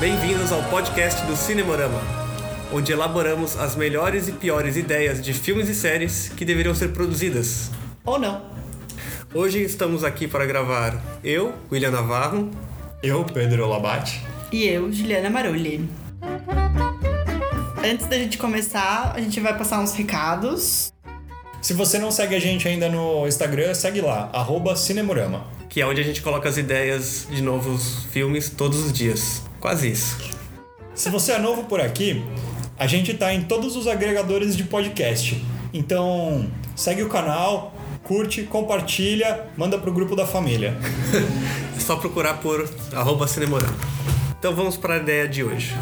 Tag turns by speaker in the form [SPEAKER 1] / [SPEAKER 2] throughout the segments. [SPEAKER 1] Bem-vindos ao podcast do Cinemorama, onde elaboramos as melhores e piores ideias de filmes e séries que deveriam ser produzidas. Ou não. Hoje estamos aqui para gravar eu, William Navarro.
[SPEAKER 2] Eu, Pedro Labate.
[SPEAKER 3] E eu, Juliana Marulli. Antes da gente começar, a gente vai passar uns recados.
[SPEAKER 2] Se você não segue a gente ainda no Instagram, segue lá, arroba Cinemorama.
[SPEAKER 1] Que é onde a gente coloca as ideias de novos filmes todos os dias. Quase isso.
[SPEAKER 2] Se você é novo por aqui, a gente tá em todos os agregadores de podcast. Então, segue o canal, curte, compartilha, manda pro grupo da família.
[SPEAKER 1] É só procurar por arroba Cinemorama. Então vamos para a ideia de hoje.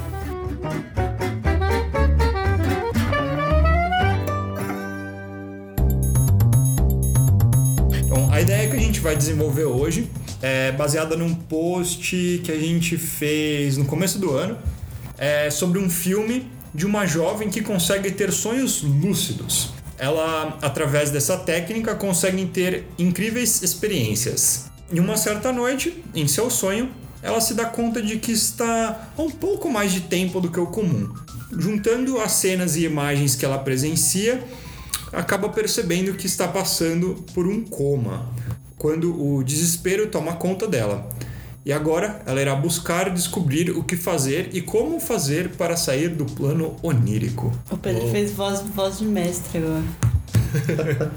[SPEAKER 2] Bom, Então, a ideia que a gente vai desenvolver hoje é baseada num post que a gente fez no começo do ano é sobre um filme de uma jovem que consegue ter sonhos lúcidos. Ela, através dessa técnica, consegue ter incríveis experiências. Em uma certa noite, em seu sonho, ela se dá conta de que está há um pouco mais de tempo do que o comum. Juntando as cenas e imagens que ela presencia, acaba percebendo que está passando por um coma, quando o desespero toma conta dela. E agora ela irá buscar descobrir o que fazer e como fazer para sair do plano onírico.
[SPEAKER 3] O Pedro fez voz, voz de mestre agora.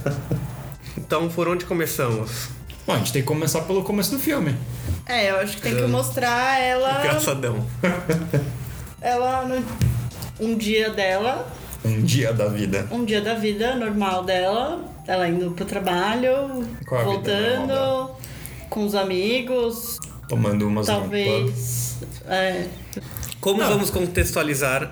[SPEAKER 1] Então, por onde começamos?
[SPEAKER 2] Bom, a gente tem que começar pelo começo do filme.
[SPEAKER 3] É, eu acho que tem que mostrar
[SPEAKER 1] Ah,
[SPEAKER 3] ela.
[SPEAKER 1] Engraçadão.
[SPEAKER 3] Ela no, um dia dela,
[SPEAKER 2] Um dia da vida.
[SPEAKER 3] um dia da vida normal dela. Ela indo pro trabalho,
[SPEAKER 2] Qual a vida normal
[SPEAKER 3] voltando,
[SPEAKER 2] dela? um
[SPEAKER 3] com os amigos,
[SPEAKER 2] Tomando umas no pub.
[SPEAKER 3] talvez. É,
[SPEAKER 1] Como vamos contextualizar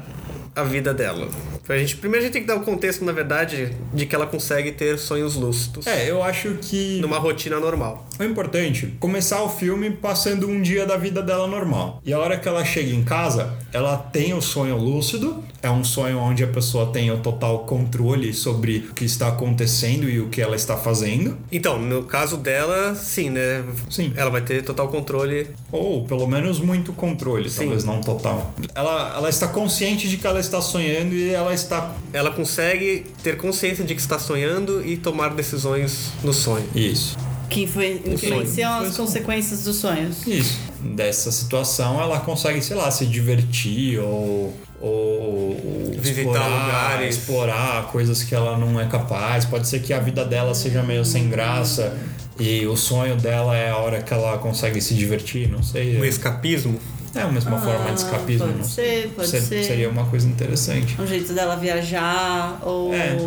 [SPEAKER 1] a vida dela? Pra gente, primeiro a gente tem que dar o contexto, na verdade, de que ela consegue ter sonhos lúcidos
[SPEAKER 2] É, eu acho que.
[SPEAKER 1] numa rotina normal.
[SPEAKER 2] O É importante, começar o filme passando um dia da vida dela normal. E a hora que ela chega em casa, ela tem o sonho lúcido, é um sonho onde a pessoa tem o total controle sobre o que está acontecendo e o que ela está fazendo.
[SPEAKER 1] Então, no caso dela, sim, né?
[SPEAKER 2] Sim.
[SPEAKER 1] Ela vai ter total controle.
[SPEAKER 2] Ou pelo menos muito controle,
[SPEAKER 1] Sim.
[SPEAKER 2] talvez não total. Ela, ela está consciente de que ela está sonhando e ela está.
[SPEAKER 1] Ela consegue ter consciência de que está sonhando e tomar decisões no sonho.
[SPEAKER 2] Isso.
[SPEAKER 3] que influen- influenciam as
[SPEAKER 2] Influenciam.
[SPEAKER 3] consequências dos sonhos.
[SPEAKER 2] Isso. Dessa situação, ela consegue, sei lá, se divertir ou. ou
[SPEAKER 1] Visitar
[SPEAKER 2] explorar,
[SPEAKER 1] lugares.
[SPEAKER 2] Explorar coisas que ela não é capaz. Pode ser que a vida dela seja meio sem graça e o sonho dela é a hora que ela consegue se divertir, não sei.
[SPEAKER 1] Um escapismo.
[SPEAKER 2] É uma mesma forma de
[SPEAKER 3] Ah,
[SPEAKER 2] escapismo,
[SPEAKER 3] Pode
[SPEAKER 2] não sei.
[SPEAKER 3] ser, pode
[SPEAKER 2] Ser-
[SPEAKER 3] ser.
[SPEAKER 2] Seria uma coisa interessante.
[SPEAKER 3] Um jeito dela viajar ou.
[SPEAKER 2] É.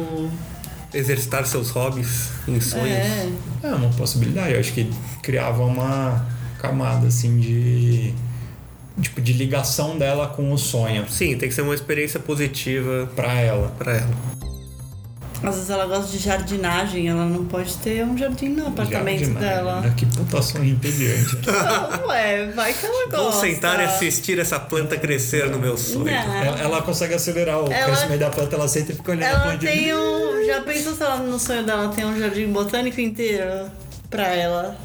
[SPEAKER 1] Exercitar seus hobbies em sonhos.
[SPEAKER 3] É.
[SPEAKER 2] É uma possibilidade. Eu acho que criava uma camada assim de. Tipo, de ligação dela com o sonho
[SPEAKER 1] Sim, tem que ser uma experiência positiva
[SPEAKER 2] pra ela.
[SPEAKER 1] pra ela.
[SPEAKER 3] Às vezes ela gosta de jardinagem, ela não pode ter um jardim no apartamento
[SPEAKER 2] Jardinagem,
[SPEAKER 3] dela.
[SPEAKER 2] né? Que putação entediante.
[SPEAKER 3] Não, ué, vai que ela gosta.
[SPEAKER 1] Vou sentar e assistir essa planta crescer no meu sonho.
[SPEAKER 3] Não.
[SPEAKER 2] ela, ela consegue acelerar o
[SPEAKER 3] É. Ela-
[SPEAKER 2] crescimento da planta, ela senta e fica olhando a
[SPEAKER 3] Ela
[SPEAKER 2] plantinha.
[SPEAKER 3] tem um. Já pensou se ela no sonho dela tem um jardim botânico inteiro pra ela?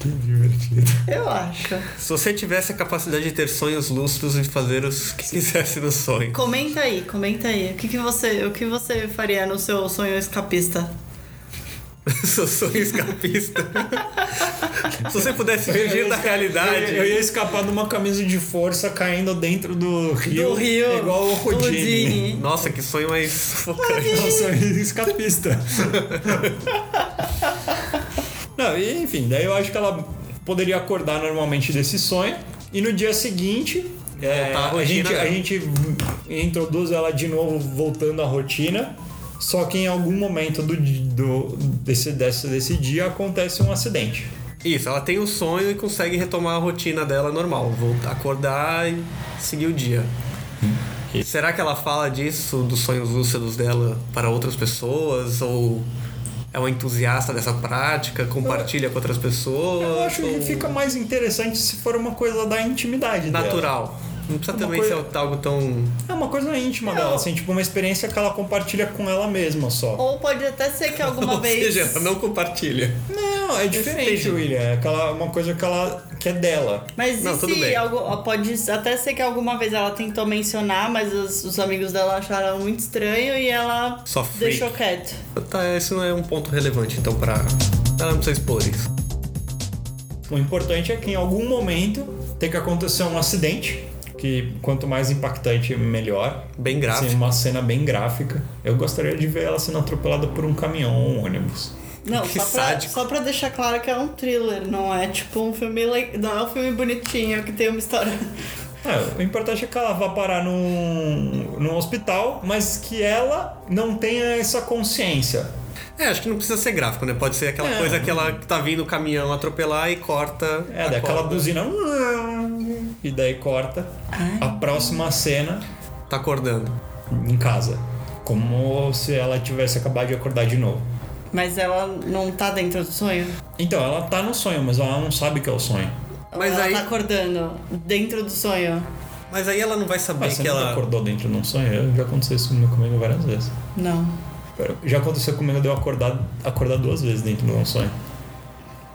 [SPEAKER 2] Que divertido.
[SPEAKER 3] Eu acho.
[SPEAKER 1] Se você tivesse a capacidade de ter sonhos lúcidos e fazer os que quisesse no sonho.
[SPEAKER 3] Comenta aí, comenta aí. O que, que você, o que você faria no seu sonho escapista?
[SPEAKER 1] Seu sonho escapista. Se você pudesse fugir da realidade.
[SPEAKER 2] Eu ia escapar de uma camisa de força caindo dentro do rio.
[SPEAKER 3] Do rio.
[SPEAKER 2] Igual
[SPEAKER 3] do
[SPEAKER 2] o Rodine.
[SPEAKER 3] Houdini.
[SPEAKER 1] Nossa, que sonho mais sufocante.
[SPEAKER 2] Nossa, é escapista. Não, e, enfim, daí eu acho que ela poderia acordar normalmente desse sonho e no dia seguinte. é,
[SPEAKER 1] Voltar à
[SPEAKER 2] a,
[SPEAKER 1] rotina né?
[SPEAKER 2] gente, a
[SPEAKER 1] dela.
[SPEAKER 2] gente introduz ela de novo voltando à rotina. Só que em algum momento do, di- do, desse, desse, desse dia acontece um acidente.
[SPEAKER 1] Isso, ela tem um sonho e consegue retomar a rotina dela normal. Vou acordar e seguir o dia.
[SPEAKER 2] Isso.
[SPEAKER 1] Será que ela fala disso, dos sonhos lúcidos dela, para outras pessoas? Ou é uma entusiasta dessa prática? Compartilha com outras pessoas?
[SPEAKER 2] Eu acho que
[SPEAKER 1] ou
[SPEAKER 2] fica mais interessante se for uma coisa da intimidade dela.
[SPEAKER 1] natural. Não precisa
[SPEAKER 2] Uma
[SPEAKER 1] também
[SPEAKER 2] coisa-
[SPEAKER 1] ser algo tão.
[SPEAKER 2] É uma coisa íntima dela, assim, tipo uma experiência que ela compartilha com ela mesma só.
[SPEAKER 3] Ou pode até ser que alguma
[SPEAKER 1] Ou
[SPEAKER 3] vez.
[SPEAKER 1] seja, ela não compartilha.
[SPEAKER 2] Não, é diferente,
[SPEAKER 1] Entendi.
[SPEAKER 2] William. É aquela, uma coisa que ela que é dela.
[SPEAKER 3] Mas
[SPEAKER 1] Não,
[SPEAKER 3] e
[SPEAKER 1] tudo bem.
[SPEAKER 3] se algo, pode até ser que alguma vez ela tentou mencionar, mas os, os amigos dela acharam muito estranho e ela
[SPEAKER 1] Só freak.
[SPEAKER 3] deixou quieto.
[SPEAKER 1] Tá, esse não é um ponto relevante, então, pra. Ela não precisa expor isso.
[SPEAKER 2] O importante é que em algum momento tem que acontecer um acidente, que quanto mais impactante, melhor.
[SPEAKER 1] Bem grave.
[SPEAKER 2] Assim, uma cena bem gráfica. Eu gostaria de ver ela sendo atropelada por um caminhão ou um ônibus.
[SPEAKER 3] Não,
[SPEAKER 1] Que
[SPEAKER 3] só pra,
[SPEAKER 1] sádico.
[SPEAKER 3] só pra deixar claro que é um thriller, não é tipo um filme. le- Não é um filme bonitinho que tem uma história.
[SPEAKER 2] É, o importante é que ela vá parar num, num hospital, mas que ela não tenha essa consciência.
[SPEAKER 1] É, acho que não precisa ser gráfico, né? Pode ser aquela
[SPEAKER 2] É.
[SPEAKER 1] coisa que ela tá vindo o caminhão atropelar e corta.
[SPEAKER 2] É,
[SPEAKER 1] a
[SPEAKER 2] daquela
[SPEAKER 1] corda.
[SPEAKER 2] buzina. E daí corta a próxima cena
[SPEAKER 1] Tá acordando.
[SPEAKER 2] em casa. Como se ela tivesse acabado de acordar de novo.
[SPEAKER 3] Mas ela não tá dentro do sonho?
[SPEAKER 2] Então, ela tá no sonho, mas ela não sabe que é o sonho.
[SPEAKER 1] Mas
[SPEAKER 3] ela
[SPEAKER 1] aí-
[SPEAKER 3] tá acordando dentro do sonho?
[SPEAKER 1] Mas aí ela não vai saber
[SPEAKER 2] Mas você
[SPEAKER 1] que
[SPEAKER 2] nunca
[SPEAKER 1] ela.
[SPEAKER 2] acordou dentro de um sonho? Eu- Já aconteceu isso comigo, comigo várias vezes.
[SPEAKER 3] Não.
[SPEAKER 2] Pera, Já aconteceu comigo de eu acordar, acordar duas vezes dentro de um sonho.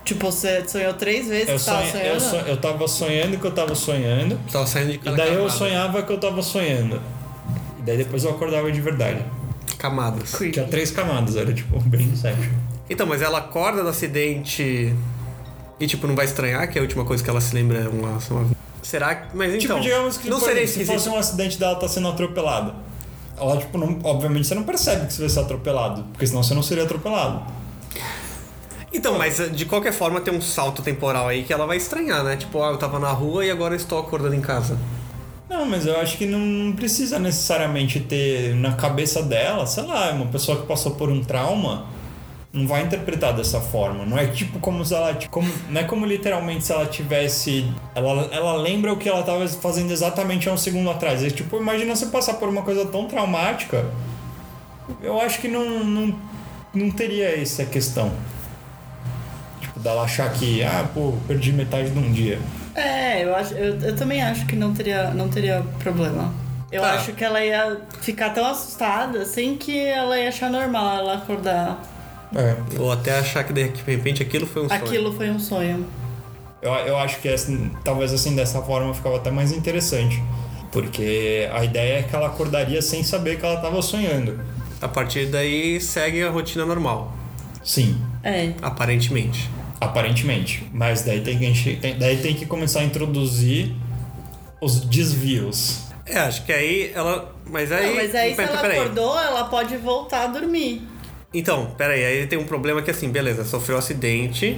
[SPEAKER 3] Tipo, você sonhou três vezes
[SPEAKER 2] Eu,
[SPEAKER 3] que tava
[SPEAKER 2] sonhei-
[SPEAKER 3] sonhando?
[SPEAKER 2] eu, son- eu tava sonhando que eu tava sonhando.
[SPEAKER 1] Tava tá saindo de
[SPEAKER 2] E
[SPEAKER 1] cada
[SPEAKER 2] daí eu
[SPEAKER 1] camada.
[SPEAKER 2] sonhava que eu tava sonhando. E daí depois eu acordava de verdade.
[SPEAKER 1] Camadas.
[SPEAKER 3] Creepy.
[SPEAKER 2] Tinha três camadas, era tipo bem sério.
[SPEAKER 1] Então, mas ela acorda do acidente e, tipo, não vai estranhar que a última coisa que ela se lembra é uma. uma- Será que. Mas então.
[SPEAKER 2] tipo, digamos que
[SPEAKER 1] não
[SPEAKER 2] por
[SPEAKER 1] seria
[SPEAKER 2] exemplo, se
[SPEAKER 1] esquisito.
[SPEAKER 2] fosse um acidente dela tá sendo atropelada. Ela, tipo, não- obviamente você não percebe que você vai ser atropelado, porque senão você não seria atropelado.
[SPEAKER 1] Então, mas de qualquer forma tem um salto temporal aí que ela vai estranhar, né? Tipo, ah, eu tava na rua e agora eu estou acordando em casa.
[SPEAKER 2] Não, mas eu acho que não precisa necessariamente ter na cabeça dela, sei lá, uma pessoa que passou por um trauma não vai interpretar dessa forma. Não é tipo como se ela. Como, não é como literalmente se ela tivesse. Ela, ela lembra o que ela tava fazendo exatamente há um segundo atrás. É tipo, imagina você passar por uma coisa tão traumática. Eu acho que não, não, não teria essa questão. Tipo, dela achar que, ah, pô, perdi metade de um dia.
[SPEAKER 3] É, eu, acho, eu, eu também acho que não teria, não teria problema. Eu
[SPEAKER 1] Tá.
[SPEAKER 3] acho que ela ia ficar tão assustada assim que ela ia achar normal ela acordar.
[SPEAKER 2] É,
[SPEAKER 1] Ou até achar que de repente aquilo foi um sonho.
[SPEAKER 3] Aquilo foi um sonho.
[SPEAKER 2] Eu, eu acho que essa- talvez assim dessa forma ficava até mais interessante. Porque a ideia é que ela acordaria sem saber que ela estava sonhando.
[SPEAKER 1] A partir daí segue a rotina normal,
[SPEAKER 2] Sim,
[SPEAKER 3] É.
[SPEAKER 1] aparentemente.
[SPEAKER 2] aparentemente. Mas daí tem que, encher- tem- daí tem que começar a introduzir os desvios.
[SPEAKER 1] É, acho que aí ela. Mas aí.
[SPEAKER 3] Não, mas aí se
[SPEAKER 1] pera-
[SPEAKER 3] ela
[SPEAKER 1] peraí.
[SPEAKER 3] acordou, ela pode voltar a dormir.
[SPEAKER 1] Então, peraí, aí tem um problema que assim, beleza, sofreu um acidente,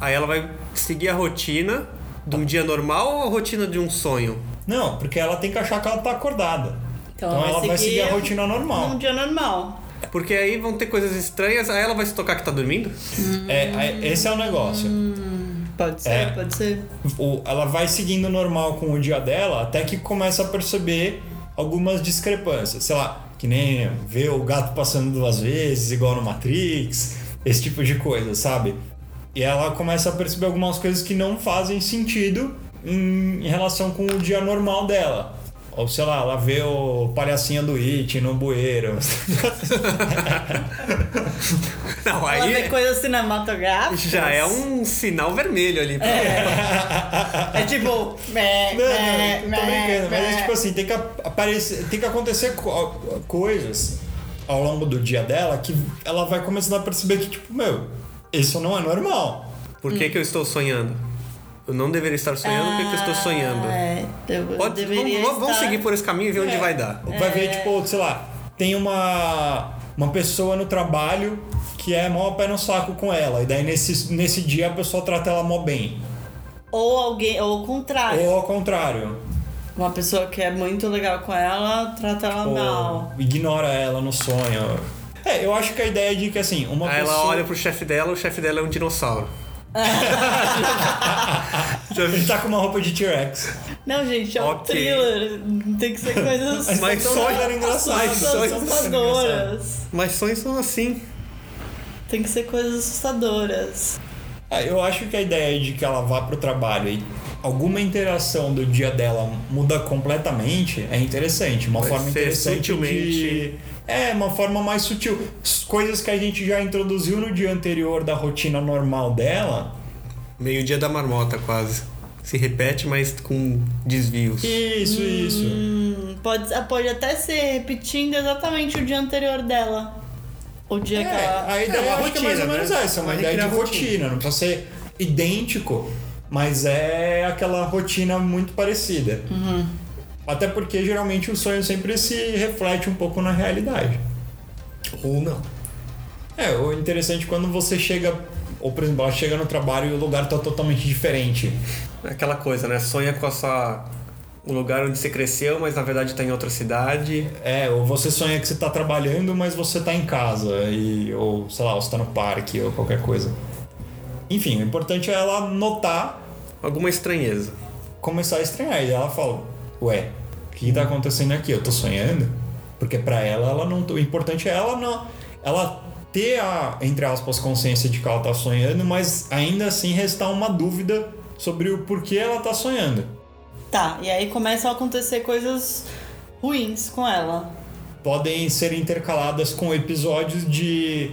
[SPEAKER 1] aí ela vai seguir a rotina de um dia normal ou a rotina de um sonho?
[SPEAKER 2] Não, porque ela tem que achar que ela tá acordada. Então, ela, vai seguir a rotina normal.
[SPEAKER 3] Um dia normal.
[SPEAKER 1] Porque aí vão ter coisas estranhas, aí ela vai se tocar que tá dormindo?
[SPEAKER 2] É, é- esse é o negócio.
[SPEAKER 3] Pode ser,
[SPEAKER 2] É.
[SPEAKER 3] pode ser.
[SPEAKER 2] O- ela vai seguindo normal com o dia dela até que começa a perceber algumas discrepâncias. Sei lá, que nem ver o gato passando duas vezes, igual no Matrix, esse tipo de coisa, sabe? E ela começa a perceber algumas coisas que não fazem sentido em, em relação com o dia normal dela. Ou sei lá, ela vê o palhacinha do It no bueiro.
[SPEAKER 1] Não,
[SPEAKER 3] Ela
[SPEAKER 1] aí é-
[SPEAKER 3] vê coisas cinematográficas.
[SPEAKER 1] já é um sinal vermelho ali. pra-
[SPEAKER 3] É tipo. Mé,
[SPEAKER 2] Não,
[SPEAKER 3] mé,
[SPEAKER 2] não, tô
[SPEAKER 3] mé,
[SPEAKER 2] brincando, mas é
[SPEAKER 3] mé.
[SPEAKER 2] tipo assim, tem que aparecer, tem que acontecer co- coisas ao longo do dia dela que ela vai começando a perceber que, tipo, meu, isso não é normal.
[SPEAKER 1] Por
[SPEAKER 3] Hum.
[SPEAKER 1] que, que eu estou sonhando? Eu não deveria estar sonhando, por que que eu estou sonhando?
[SPEAKER 3] Ah, é. Eu
[SPEAKER 1] Pode,
[SPEAKER 3] deveria
[SPEAKER 1] vamos, vamos- vamos
[SPEAKER 3] estar- É.
[SPEAKER 1] seguir por esse caminho e ver onde vai dar.
[SPEAKER 2] Vai ver, tipo, sei lá, tem uma, uma pessoa no trabalho que é mó pé no saco com ela, e daí nesse, nesse dia a pessoa trata ela mó bem.
[SPEAKER 3] Ou alguém, ou o contrário.
[SPEAKER 2] Ou ao contrário.
[SPEAKER 3] Uma pessoa que é muito legal com ela, trata ela
[SPEAKER 2] Ou
[SPEAKER 3] mal.
[SPEAKER 2] ignora ela no sonho. É, eu acho que a ideia é de que assim, uma
[SPEAKER 1] Aí
[SPEAKER 2] pessoa.
[SPEAKER 1] ela olha pro chefe dela, o chefe dela é um dinossauro.
[SPEAKER 2] Ele tá com uma roupa de T-Rex.
[SPEAKER 3] Não, gente, é um
[SPEAKER 1] Ok.
[SPEAKER 3] thriller. Tem que ser coisas
[SPEAKER 1] Mas
[SPEAKER 2] Então,
[SPEAKER 1] sonho-
[SPEAKER 2] era engraçado. é
[SPEAKER 1] mas sonho-
[SPEAKER 3] assustadoras.
[SPEAKER 1] Mas sonhos são assim.
[SPEAKER 3] Tem que ser coisas assustadoras.
[SPEAKER 2] Ah, eu acho que a ideia de que ela vá pro trabalho e alguma interação do dia dela muda completamente, é interessante. Uma
[SPEAKER 1] Vai
[SPEAKER 2] forma
[SPEAKER 1] ser
[SPEAKER 2] interessante de...
[SPEAKER 1] sutilmente.
[SPEAKER 2] É, uma forma mais sutil. S- Coisas que a gente já introduziu no dia anterior da rotina normal dela
[SPEAKER 1] Meio dia da marmota, quase. Se repete, mas com desvios.
[SPEAKER 2] Isso, isso.
[SPEAKER 3] Hum, pode, pode até ser repetindo exatamente o dia anterior dela. O dia
[SPEAKER 2] É,
[SPEAKER 3] que ela.
[SPEAKER 2] a ideia
[SPEAKER 1] É, eu
[SPEAKER 2] é,
[SPEAKER 1] acho
[SPEAKER 2] rotina,
[SPEAKER 1] que é
[SPEAKER 2] mais ou menos
[SPEAKER 1] né?
[SPEAKER 2] essa, é uma
[SPEAKER 1] Vai
[SPEAKER 2] ideia de
[SPEAKER 1] recriar
[SPEAKER 2] rotina.
[SPEAKER 1] a rotina.
[SPEAKER 2] não precisa ser idêntico, mas é aquela rotina muito parecida. Até porque geralmente o sonho sempre se reflete um pouco na realidade.
[SPEAKER 1] Ou não.
[SPEAKER 2] É, o interessante é quando você chega, ou por exemplo, ela chega no trabalho e o lugar tá totalmente diferente.
[SPEAKER 1] Aquela coisa, né? Sonha com a sua. O lugar onde você cresceu, mas na verdade tá em outra cidade.
[SPEAKER 2] É, ou você sonha que você tá trabalhando, mas você tá em casa, e, ou sei lá, você tá no parque ou qualquer coisa. Enfim, o importante é ela notar,
[SPEAKER 1] Alguma estranheza.
[SPEAKER 2] começar a estranhar. E ela fala: Ué, o que tá acontecendo aqui? Eu tô sonhando? Porque pra ela, ela não. O importante é ela não. Ela ter a, entre aspas, consciência de que ela tá sonhando, mas ainda assim restar uma dúvida sobre o porquê ela tá sonhando.
[SPEAKER 3] Tá, e aí começam a acontecer coisas ruins com ela.
[SPEAKER 2] podem ser intercaladas com episódios de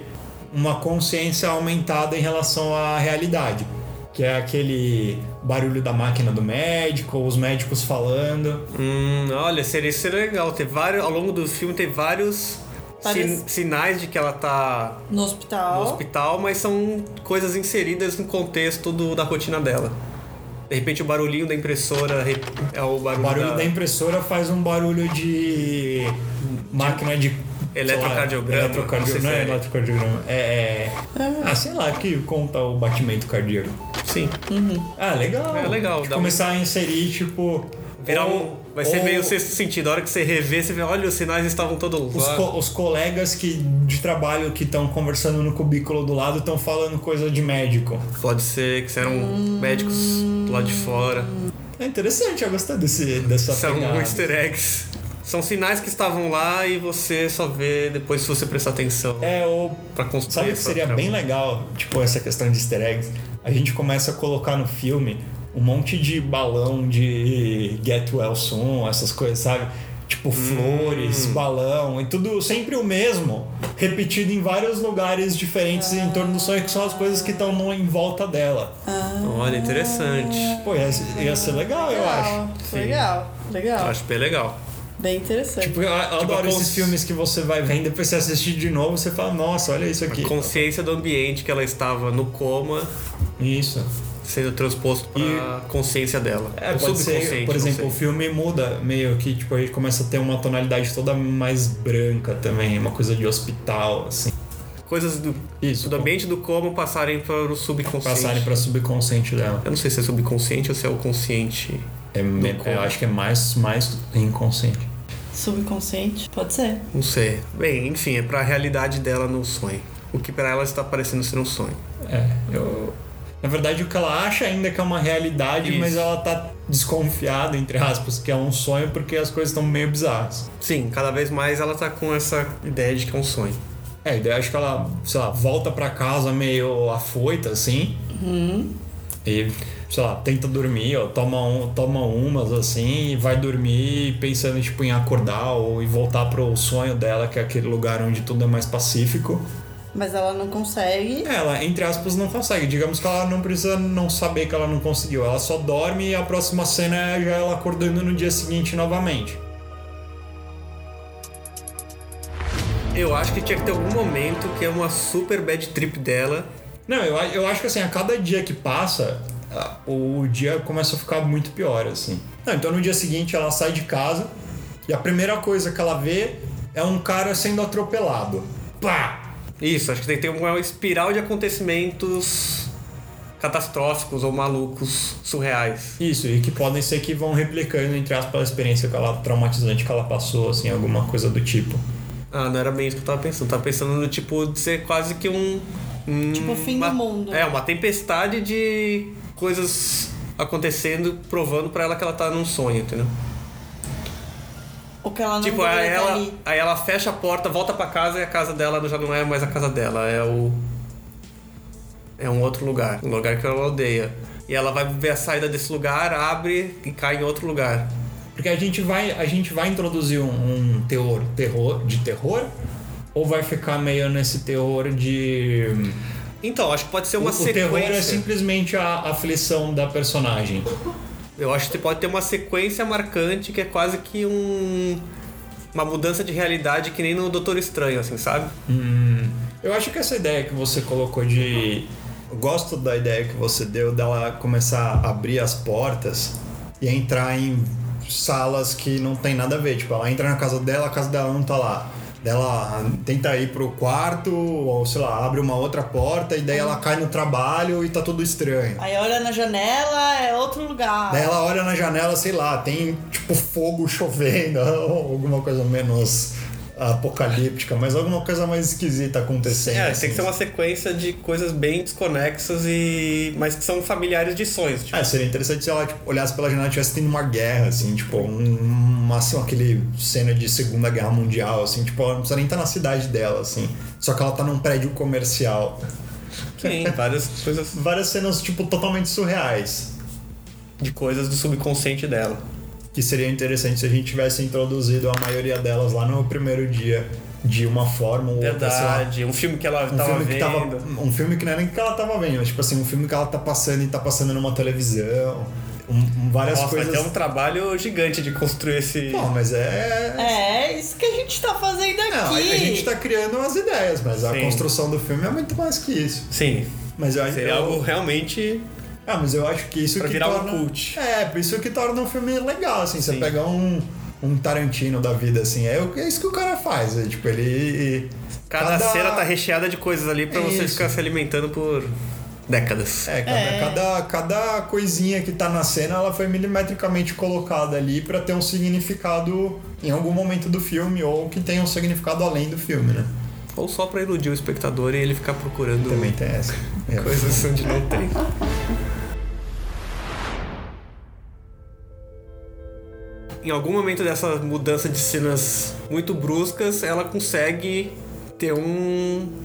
[SPEAKER 2] uma consciência aumentada em relação à realidade, que é aquele barulho da máquina do médico, os médicos falando.
[SPEAKER 1] Hum, olha, seria, isso seria legal. Ter vários, ao longo do filme tem vários
[SPEAKER 3] Parece-
[SPEAKER 1] sin- sinais de que ela tá
[SPEAKER 3] No
[SPEAKER 1] no
[SPEAKER 3] hospital.
[SPEAKER 1] hospital, mas são coisas inseridas no contexto do- da rotina dela. De repente o barulhinho da impressora re- é o
[SPEAKER 2] O
[SPEAKER 1] barulho,
[SPEAKER 2] barulho
[SPEAKER 1] da-
[SPEAKER 2] da impressora faz um barulho de máquina de sei lá,
[SPEAKER 1] Eletrocardiograma, não sei
[SPEAKER 2] eletrocardiograma,
[SPEAKER 1] se
[SPEAKER 2] não é
[SPEAKER 1] é.
[SPEAKER 2] eletrocardiograma, é, é, ah, sei lá, que conta o batimento cardíaco.
[SPEAKER 1] Sim.
[SPEAKER 2] Ah, legal.
[SPEAKER 1] É legal,
[SPEAKER 2] De
[SPEAKER 1] dá um-
[SPEAKER 2] começar a inserir tipo
[SPEAKER 1] Virar
[SPEAKER 2] ou-
[SPEAKER 1] um, vai ser
[SPEAKER 2] ou-
[SPEAKER 1] meio sexto sentido. A hora que você rever, você vê, olha, os sinais estavam todos
[SPEAKER 2] Os,
[SPEAKER 1] lá.
[SPEAKER 2] co- os colegas que, de trabalho que estão conversando no cubículo do lado estão falando coisa de médico.
[SPEAKER 1] Pode ser que eram médicos do lado de fora.
[SPEAKER 2] É interessante, eu gostei desse, dessa
[SPEAKER 1] São
[SPEAKER 2] pegada.
[SPEAKER 1] é um easter eggs. São sinais que estavam lá e você só vê depois se você prestar atenção.
[SPEAKER 2] É, ou
[SPEAKER 1] Pra construir
[SPEAKER 2] sabe o que
[SPEAKER 1] essa
[SPEAKER 2] seria
[SPEAKER 1] trama.
[SPEAKER 2] bem legal, tipo, essa questão de easter eggs? A gente começa a colocar no filme um monte de balão de get well soon, essas coisas, sabe?
[SPEAKER 1] Hum.
[SPEAKER 2] Tipo, flores, balão, e tudo sempre o mesmo, repetido em vários lugares diferentes em torno do sonho, que são as coisas que estão no- em volta dela.
[SPEAKER 1] Olha, interessante.
[SPEAKER 2] Pô, ia, ia ser legal, eu acho.
[SPEAKER 1] Sim.
[SPEAKER 3] Legal, legal.
[SPEAKER 2] Ah.
[SPEAKER 1] Eu acho bem legal.
[SPEAKER 3] Bem interessante.
[SPEAKER 2] Tipo, eu, eu
[SPEAKER 1] Tipo,
[SPEAKER 2] adoro
[SPEAKER 1] a
[SPEAKER 2] esses
[SPEAKER 1] cons-
[SPEAKER 2] filmes que você vai vendo, depois você assiste de novo, você fala, nossa, olha isso aqui.
[SPEAKER 1] Consciência do ambiente que ela estava no coma
[SPEAKER 2] Isso.
[SPEAKER 1] sendo transposto pra consciência dela.
[SPEAKER 2] É,
[SPEAKER 1] Ou
[SPEAKER 2] pode
[SPEAKER 1] subconsciente,
[SPEAKER 2] ser,
[SPEAKER 1] não
[SPEAKER 2] por exemplo,
[SPEAKER 1] sei.
[SPEAKER 2] o filme muda meio que, tipo, ele começa a ter uma tonalidade toda mais branca também, uma coisa de hospital, assim.
[SPEAKER 1] Coisas do,
[SPEAKER 2] Isso.
[SPEAKER 1] do ambiente do coma passarem para o subconsciente.
[SPEAKER 2] Passarem pra subconsciente dela.
[SPEAKER 1] Eu não sei se é subconsciente ou se é o consciente.
[SPEAKER 2] É, me-
[SPEAKER 1] corpo.
[SPEAKER 2] eu acho que é mais, mais inconsciente.
[SPEAKER 3] Subconsciente? Pode ser.
[SPEAKER 1] Não sei. Bem, enfim, é pra realidade dela no sonho. O que pra ela está parecendo ser um sonho.
[SPEAKER 2] É, eu. Na verdade, o que ela acha ainda que é uma realidade,
[SPEAKER 1] Isso.
[SPEAKER 2] mas ela tá desconfiada, entre aspas, que é um sonho porque as coisas estão meio bizarras.
[SPEAKER 1] Sim, cada vez mais ela tá com essa ideia de que é um sonho.
[SPEAKER 2] É, e daí acho que ela, sei lá, volta pra casa meio afoita, assim. E, sei lá, tenta dormir, ó, toma, um, toma umas, assim, e vai dormir pensando, tipo, em acordar ou e voltar pro sonho dela, que é aquele lugar onde tudo é mais pacífico.
[SPEAKER 3] Mas ela não consegue.
[SPEAKER 2] Ela, entre aspas, não consegue. Digamos que ela não precisa não saber que ela não conseguiu. Ela só dorme e a próxima cena é já ela acordando no dia seguinte novamente.
[SPEAKER 1] Eu acho que tinha que ter algum momento que é uma super bad trip dela.
[SPEAKER 2] Não, eu, a- eu acho que assim, a cada dia que passa, a- o dia começa a ficar muito pior, assim. Não, então no dia seguinte ela sai de casa e a primeira coisa que ela vê é um cara sendo atropelado. Pá!
[SPEAKER 1] Isso, acho que tem que ter uma espiral de acontecimentos catastróficos ou malucos, surreais.
[SPEAKER 2] Isso, e que podem ser que vão replicando, entre aspas, a experiência que ela, traumatizante que ela passou, assim, alguma coisa do tipo.
[SPEAKER 1] Ah, não era bem isso que eu tava pensando. Tava pensando no tipo de ser quase que um. um-
[SPEAKER 3] Tipo o fim do
[SPEAKER 1] uma-
[SPEAKER 3] mundo.
[SPEAKER 1] É, uma tempestade de coisas acontecendo, provando pra ela que ela tá num sonho, entendeu?
[SPEAKER 3] O que ela não
[SPEAKER 1] Tipo,
[SPEAKER 3] deveria
[SPEAKER 1] aí
[SPEAKER 3] tá
[SPEAKER 1] ela,
[SPEAKER 3] ali.
[SPEAKER 1] aí ela fecha a porta, volta pra casa e a casa dela já não é mais a casa dela, é o. É um outro lugar, um lugar que ela odeia. E ela vai ver a saída desse lugar, abre e cai em outro lugar.
[SPEAKER 2] Porque a gente vai, a gente vai introduzir um, um teor, terror de terror ou vai ficar meio nesse terror de
[SPEAKER 1] Então, acho que pode ser uma
[SPEAKER 2] o, o
[SPEAKER 1] sequência.
[SPEAKER 2] terror é simplesmente a aflição da personagem.
[SPEAKER 1] Eu acho que pode ter uma sequência marcante que é quase que um. Uma mudança de realidade que nem no Doutor Estranho, assim, sabe?
[SPEAKER 2] Eu acho que essa ideia que você colocou de. Eu gosto da ideia que você deu dela começar a abrir as portas e entrar em salas que não tem nada a ver. Tipo, ela entra na casa dela, a casa dela não tá lá. Ela tenta ir pro quarto, ou sei lá, abre uma outra porta e daí ela cai no trabalho e tá tudo estranho.
[SPEAKER 3] Aí olha na janela, é outro lugar.
[SPEAKER 2] Daí ela olha na janela, sei lá, tem tipo fogo chovendo, ou alguma coisa menos apocalíptica, mas alguma coisa mais esquisita acontecendo.
[SPEAKER 1] É,
[SPEAKER 2] assim.
[SPEAKER 1] tem que ser uma sequência de coisas bem desconexas e. mas que são familiares de sonhos. Tipo,
[SPEAKER 2] É, seria interessante se ela tipo, olhasse pela janela e tivesse tendo uma guerra, assim, tipo, um, uma, assim, aquele cena de Segunda Guerra Mundial, assim, tipo, ela não precisa nem estar na cidade dela, assim. Só que ela tá num prédio comercial.
[SPEAKER 1] sim, várias coisas
[SPEAKER 2] Várias cenas, tipo, totalmente surreais.
[SPEAKER 1] de coisas do subconsciente dela.
[SPEAKER 2] Que seria interessante se a gente tivesse introduzido a maioria delas lá no primeiro dia, de uma forma ou outra, sei lá,
[SPEAKER 1] Verdade. Um filme que ela
[SPEAKER 2] Um
[SPEAKER 1] tava
[SPEAKER 2] filme, que
[SPEAKER 1] vendo.
[SPEAKER 2] tava, um filme que não era nem que ela tava vendo, mas tipo assim, um filme que ela tá passando e tá passando numa televisão. Um, um- várias
[SPEAKER 1] Nossa,
[SPEAKER 2] coisas.
[SPEAKER 1] vai ter um trabalho gigante de construir esse.
[SPEAKER 2] Bom, mas é.
[SPEAKER 3] É, isso que a gente tá fazendo aqui.
[SPEAKER 2] Não, a gente tá criando umas ideias, mas a
[SPEAKER 1] Sim.
[SPEAKER 2] construção do filme é muito mais que isso.
[SPEAKER 1] Sim.
[SPEAKER 2] Mas eu,
[SPEAKER 1] Seria
[SPEAKER 2] eu-
[SPEAKER 1] algo realmente.
[SPEAKER 2] Ah, mas eu acho que isso
[SPEAKER 1] Pra
[SPEAKER 2] que
[SPEAKER 1] virar um
[SPEAKER 2] torna...
[SPEAKER 1] cult.
[SPEAKER 2] É, isso que torna um filme legal, assim. Você
[SPEAKER 1] Sim.
[SPEAKER 2] pegar um, um Tarantino da vida, assim, é, o- é isso que o cara faz. É, tipo, ele...
[SPEAKER 1] Cada, cena tá recheada de coisas ali pra
[SPEAKER 2] É
[SPEAKER 1] você
[SPEAKER 2] isso.
[SPEAKER 1] ficar se alimentando por décadas.
[SPEAKER 2] É, cada,
[SPEAKER 3] É.
[SPEAKER 2] Cada, cada coisinha que tá na cena, ela foi milimetricamente colocada ali pra ter um significado em algum momento do filme ou que tenha um significado além do filme, né?
[SPEAKER 1] Ou só pra iludir o espectador e ele ficar procurando
[SPEAKER 2] Também tem essa. É.
[SPEAKER 1] coisas onde não tem. Em algum momento dessa mudança de cenas muito bruscas, ela consegue ter um,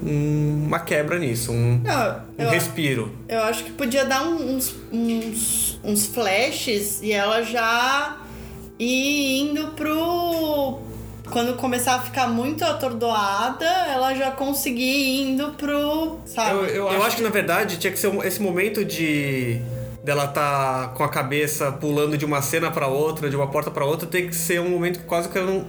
[SPEAKER 1] um- uma quebra nisso, um,
[SPEAKER 3] Não,
[SPEAKER 1] um
[SPEAKER 3] eu,
[SPEAKER 1] respiro.
[SPEAKER 3] eu acho que podia dar um, uns, uns, uns flashes e ela já ir indo pro. Quando começar a ficar muito atordoada, ela já conseguir ir indo pro. Sabe?
[SPEAKER 2] Eu-
[SPEAKER 1] Eu acho, que na verdade tinha que ser um- esse momento de dela tá com a cabeça pulando de uma cena pra outra, de uma porta pra outra, tem que ser um momento que quase que ela não,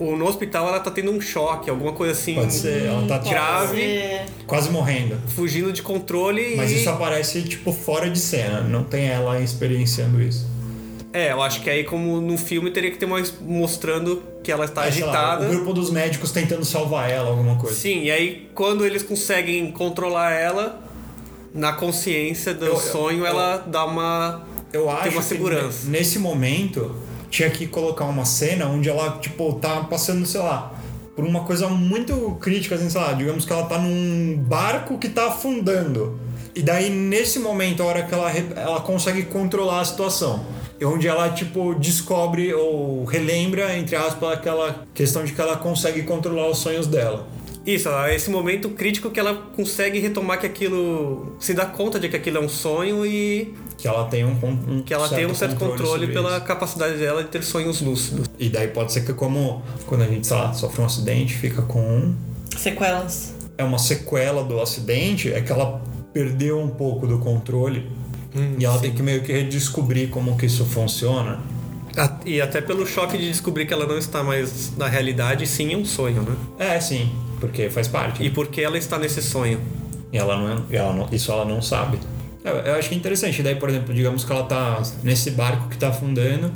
[SPEAKER 1] ou no hospital ela tá tendo um choque, alguma coisa assim
[SPEAKER 2] Pode ser, ela tá
[SPEAKER 3] Pode
[SPEAKER 1] grave.
[SPEAKER 3] ser.
[SPEAKER 2] quase morrendo.
[SPEAKER 1] fugindo de controle
[SPEAKER 2] Mas
[SPEAKER 1] e
[SPEAKER 2] isso aparece, tipo, fora de cena. Não tem ela experienciando isso.
[SPEAKER 1] é, eu acho que aí como no filme teria que ter mais mostrando que ela está
[SPEAKER 2] Aí, sei lá,
[SPEAKER 1] Tá agitada.
[SPEAKER 2] o grupo dos médicos tentando salvar ela, alguma coisa.
[SPEAKER 1] Sim, e aí quando eles conseguem controlar ela na consciência do
[SPEAKER 2] Eu- eu-
[SPEAKER 1] sonho, ela dá uma
[SPEAKER 2] Eu acho
[SPEAKER 1] uma
[SPEAKER 2] que
[SPEAKER 1] segurança.
[SPEAKER 2] ne- nesse momento tinha que colocar uma cena onde ela, tipo, tá passando, sei lá, por uma coisa muito crítica, assim, sei lá, digamos que ela tá num barco que tá afundando. E daí, nesse momento, a hora que ela, re- ela consegue controlar a situação. E onde ela, tipo, descobre ou relembra, entre aspas, aquela questão de que ela consegue controlar os sonhos dela.
[SPEAKER 1] Isso, ela- é esse momento crítico que ela consegue retomar que aquilo. se dá conta de que aquilo é um sonho e
[SPEAKER 2] Que ela tem um, con- um
[SPEAKER 1] que ela tem um certo controle,
[SPEAKER 2] sobre
[SPEAKER 1] pela
[SPEAKER 2] isso.
[SPEAKER 1] capacidade dela de ter sonhos lúcidos.
[SPEAKER 2] E daí pode ser que, como quando a gente, sei lá, sofre um acidente, fica com um,
[SPEAKER 3] Sequelas.
[SPEAKER 2] é uma sequela do acidente é que ela perdeu um pouco do controle e ela tem que meio que redescobrir como que isso funciona.
[SPEAKER 1] A- E até pelo choque de descobrir que ela não está mais na realidade, sim, é um sonho, né?
[SPEAKER 2] É, sim, porque faz parte. né?
[SPEAKER 1] E
[SPEAKER 2] E,
[SPEAKER 1] por que ela está nesse sonho?
[SPEAKER 2] ela não, é, ela não- isso ela não sabe. Eu, eu acho que é interessante. Daí, por exemplo, digamos que ela tá nesse barco que tá afundando,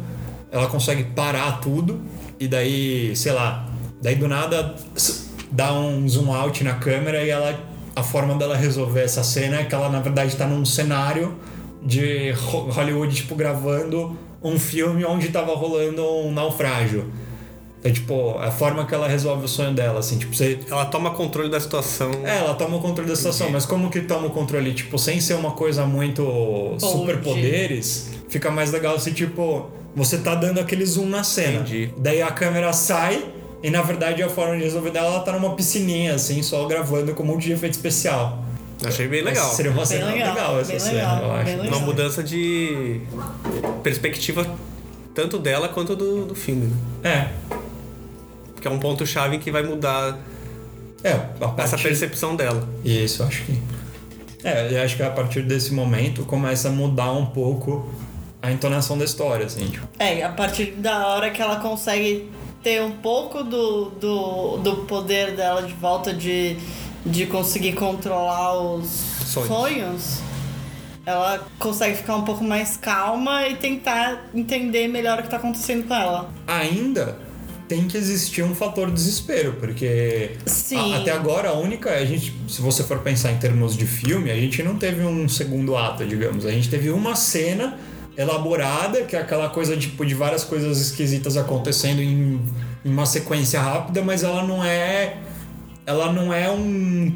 [SPEAKER 2] ela consegue parar tudo e daí, sei lá, daí do nada s- dá um zoom out na câmera e ela a forma dela resolver essa cena é que ela na verdade tá num cenário de Ho- Hollywood tipo gravando um filme onde tava rolando um naufrágio. É tipo, a forma que ela resolve o sonho dela, assim, tipo, você
[SPEAKER 1] Ela toma controle da situação.
[SPEAKER 2] é, ela toma o controle da situação, mas como que toma o controle? Tipo, sem ser uma coisa muito superpoderes, fica mais legal se, tipo, você tá dando aquele zoom na cena.
[SPEAKER 1] Entendi.
[SPEAKER 2] Daí a câmera sai e, na verdade, a forma de resolver dela, ela tá numa piscininha, assim, só gravando como um de efeito especial.
[SPEAKER 1] Achei bem legal.
[SPEAKER 2] Seria uma
[SPEAKER 3] Bem
[SPEAKER 2] cena legal,
[SPEAKER 3] legal,
[SPEAKER 2] essa
[SPEAKER 3] bem
[SPEAKER 2] cena,
[SPEAKER 3] legal,
[SPEAKER 2] eu acho.
[SPEAKER 3] bem
[SPEAKER 1] Uma
[SPEAKER 3] legal.
[SPEAKER 1] mudança de perspectiva tanto dela quanto do, do filme. né?
[SPEAKER 2] É.
[SPEAKER 1] Porque é um ponto-chave que vai mudar
[SPEAKER 2] É, a
[SPEAKER 1] essa
[SPEAKER 2] partir-
[SPEAKER 1] percepção dela.
[SPEAKER 2] Isso, acho que. É, eu acho que a partir desse momento começa a mudar um pouco a entonação da história, assim. tipo,
[SPEAKER 3] É, e a partir da hora que ela consegue ter um pouco do, do, do poder dela de volta de, de conseguir controlar os
[SPEAKER 2] Sonhos.
[SPEAKER 3] sonhos. ela consegue ficar um pouco mais calma e tentar entender melhor o que tá acontecendo com ela.
[SPEAKER 2] ainda tem que existir um fator desespero, porque
[SPEAKER 3] Sim.
[SPEAKER 2] a- até agora a única. A gente, se você for pensar em termos de filme, a gente não teve um segundo ato, digamos. A gente teve uma cena elaborada, que é aquela coisa tipo, de várias coisas esquisitas acontecendo em, em uma sequência rápida, mas ela não é. Ela não é um,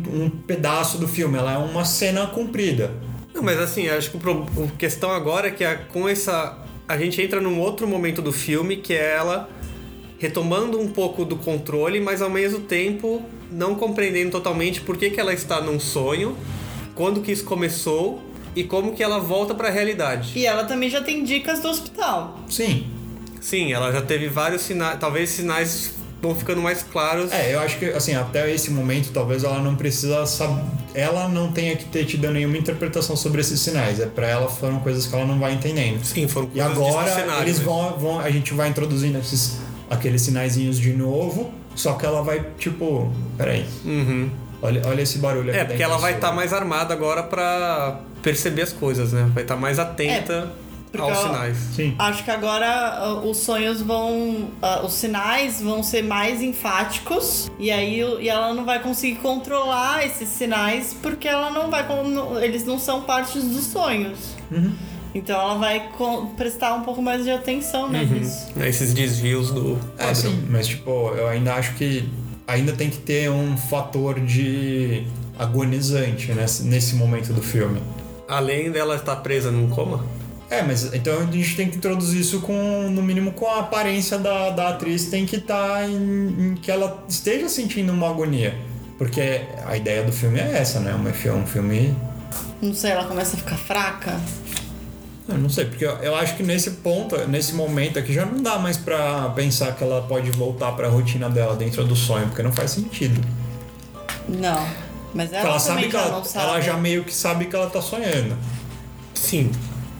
[SPEAKER 2] um pedaço do filme, ela é uma cena comprida.
[SPEAKER 1] Não, mas assim, acho que o pro- a questão agora é que a- com essa. A gente entra num outro momento do filme que é ela retomando um pouco do controle, mas ao mesmo tempo não compreendendo totalmente por que, que ela está num sonho, quando que isso começou e como que ela volta para a realidade.
[SPEAKER 3] E ela também já tem dicas do hospital.
[SPEAKER 2] Sim.
[SPEAKER 1] Sim, ela já teve vários sinais, talvez sinais vão ficando mais claros.
[SPEAKER 2] É, eu acho que assim, até esse momento talvez ela não precisa saber. Ela não tenha que ter te dado nenhuma interpretação sobre esses sinais. É pra ela foram coisas que ela não vai entendendo.
[SPEAKER 1] Sim, foram
[SPEAKER 2] E
[SPEAKER 1] coisas
[SPEAKER 2] agora
[SPEAKER 1] distorcionadas
[SPEAKER 2] eles
[SPEAKER 1] mesmo.
[SPEAKER 2] vão, vão. A gente vai introduzindo esses, aqueles sinaizinhos de novo. Só que ela vai, tipo. Peraí.
[SPEAKER 1] Uhum.
[SPEAKER 2] Olha, olha esse barulho aqui.
[SPEAKER 1] É, porque
[SPEAKER 2] dentro
[SPEAKER 1] ela
[SPEAKER 2] do
[SPEAKER 1] vai
[SPEAKER 2] seu-
[SPEAKER 1] estar mais armada agora pra perceber as coisas, né? Vai estar mais atenta
[SPEAKER 3] porque
[SPEAKER 1] aos
[SPEAKER 3] ela-
[SPEAKER 1] sinais.
[SPEAKER 2] Sim.
[SPEAKER 3] Acho que agora ah, os sonhos vão. ah, os sinais vão ser mais enfáticos. E aí o- e ela não vai conseguir controlar esses sinais porque ela não vai. con- não- Eles não são partes dos sonhos.
[SPEAKER 2] Uhum.
[SPEAKER 3] Então ela vai con- prestar um pouco mais de atenção neles.
[SPEAKER 1] Né, Esses desvios do
[SPEAKER 2] É,
[SPEAKER 1] padrão.
[SPEAKER 2] sim. Mas, tipo, eu ainda acho que ainda tem que ter um fator de agonizante nesse, nesse momento do filme.
[SPEAKER 1] Além dela estar presa num coma?
[SPEAKER 2] É, mas então a gente tem que introduzir isso com, no mínimo, com a aparência da, da atriz, tem que estar em, em que ela esteja sentindo uma agonia. Porque a ideia do filme é essa, né? Um filme, um filme.
[SPEAKER 3] Não sei, ela começa a ficar fraca.
[SPEAKER 2] Eu não sei, porque eu, eu acho que nesse ponto, nesse momento aqui, já não dá mais pra pensar que ela pode voltar pra rotina dela dentro do sonho, porque não faz sentido.
[SPEAKER 3] Não. Mas ela,
[SPEAKER 2] Porque
[SPEAKER 3] também
[SPEAKER 2] ela sabe que
[SPEAKER 3] já
[SPEAKER 2] ela,
[SPEAKER 3] não sabe.
[SPEAKER 2] ela já meio que sabe que ela tá sonhando.
[SPEAKER 1] Sim.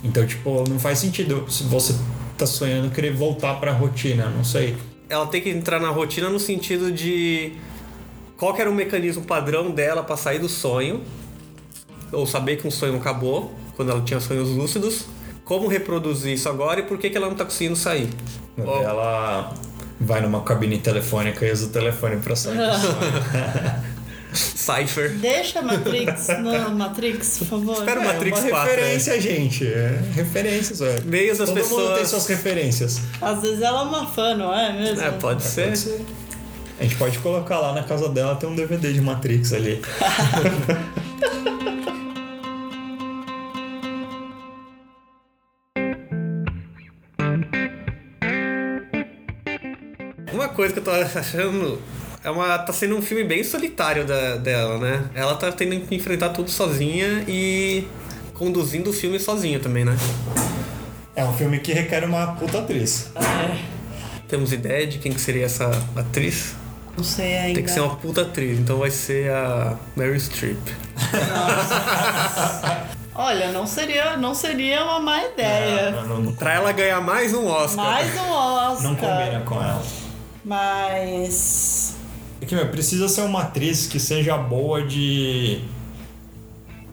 [SPEAKER 2] Então, tipo, não faz sentido se você tá sonhando querer voltar pra rotina, não sei.
[SPEAKER 1] Ela tem que entrar na rotina no sentido de qual que era o mecanismo padrão dela pra sair do sonho, ou saber que um sonho acabou, quando ela tinha sonhos lúcidos, como reproduzir isso agora e por que, que ela não tá conseguindo sair. Ó,
[SPEAKER 2] Ela vai numa cabine telefônica e usa o telefone pra sair. do sonho.
[SPEAKER 1] Cypher.
[SPEAKER 3] Deixa a Matrix. não, Matrix, por favor.
[SPEAKER 1] Espera
[SPEAKER 2] é
[SPEAKER 1] Matrix
[SPEAKER 2] uma
[SPEAKER 1] 4,
[SPEAKER 2] referência, gente. É referências, velho.
[SPEAKER 1] Meios das
[SPEAKER 2] Todo mundo
[SPEAKER 1] pessoas.
[SPEAKER 2] tem suas referências.
[SPEAKER 3] Às vezes ela é uma fã, não é mesmo?
[SPEAKER 1] É, pode ser.
[SPEAKER 2] Pode ser. A gente pode colocar lá na casa dela, tem um DVD de Matrix ali.
[SPEAKER 1] Uma coisa que eu tô achando. É uma, tá sendo um filme bem solitário da- dela, né? Ela tá tendo que enfrentar tudo sozinha e conduzindo o filme sozinha também, né?
[SPEAKER 2] É um filme que requer uma puta atriz.
[SPEAKER 1] Temos ideia de quem que seria essa atriz?
[SPEAKER 3] Não sei ainda.
[SPEAKER 1] Tem que ser um uma puta atriz, então vai ser a Mary Streep.
[SPEAKER 3] Olha, não seria, não seria uma má
[SPEAKER 1] É,
[SPEAKER 3] ideia.
[SPEAKER 2] É, Não, não, não,
[SPEAKER 1] Pra ela ganhar mais um Oscar.
[SPEAKER 3] Mais um Oscar.
[SPEAKER 2] não combina com ela.
[SPEAKER 3] Mas.
[SPEAKER 2] É que, meu, precisa ser uma atriz que seja boa de.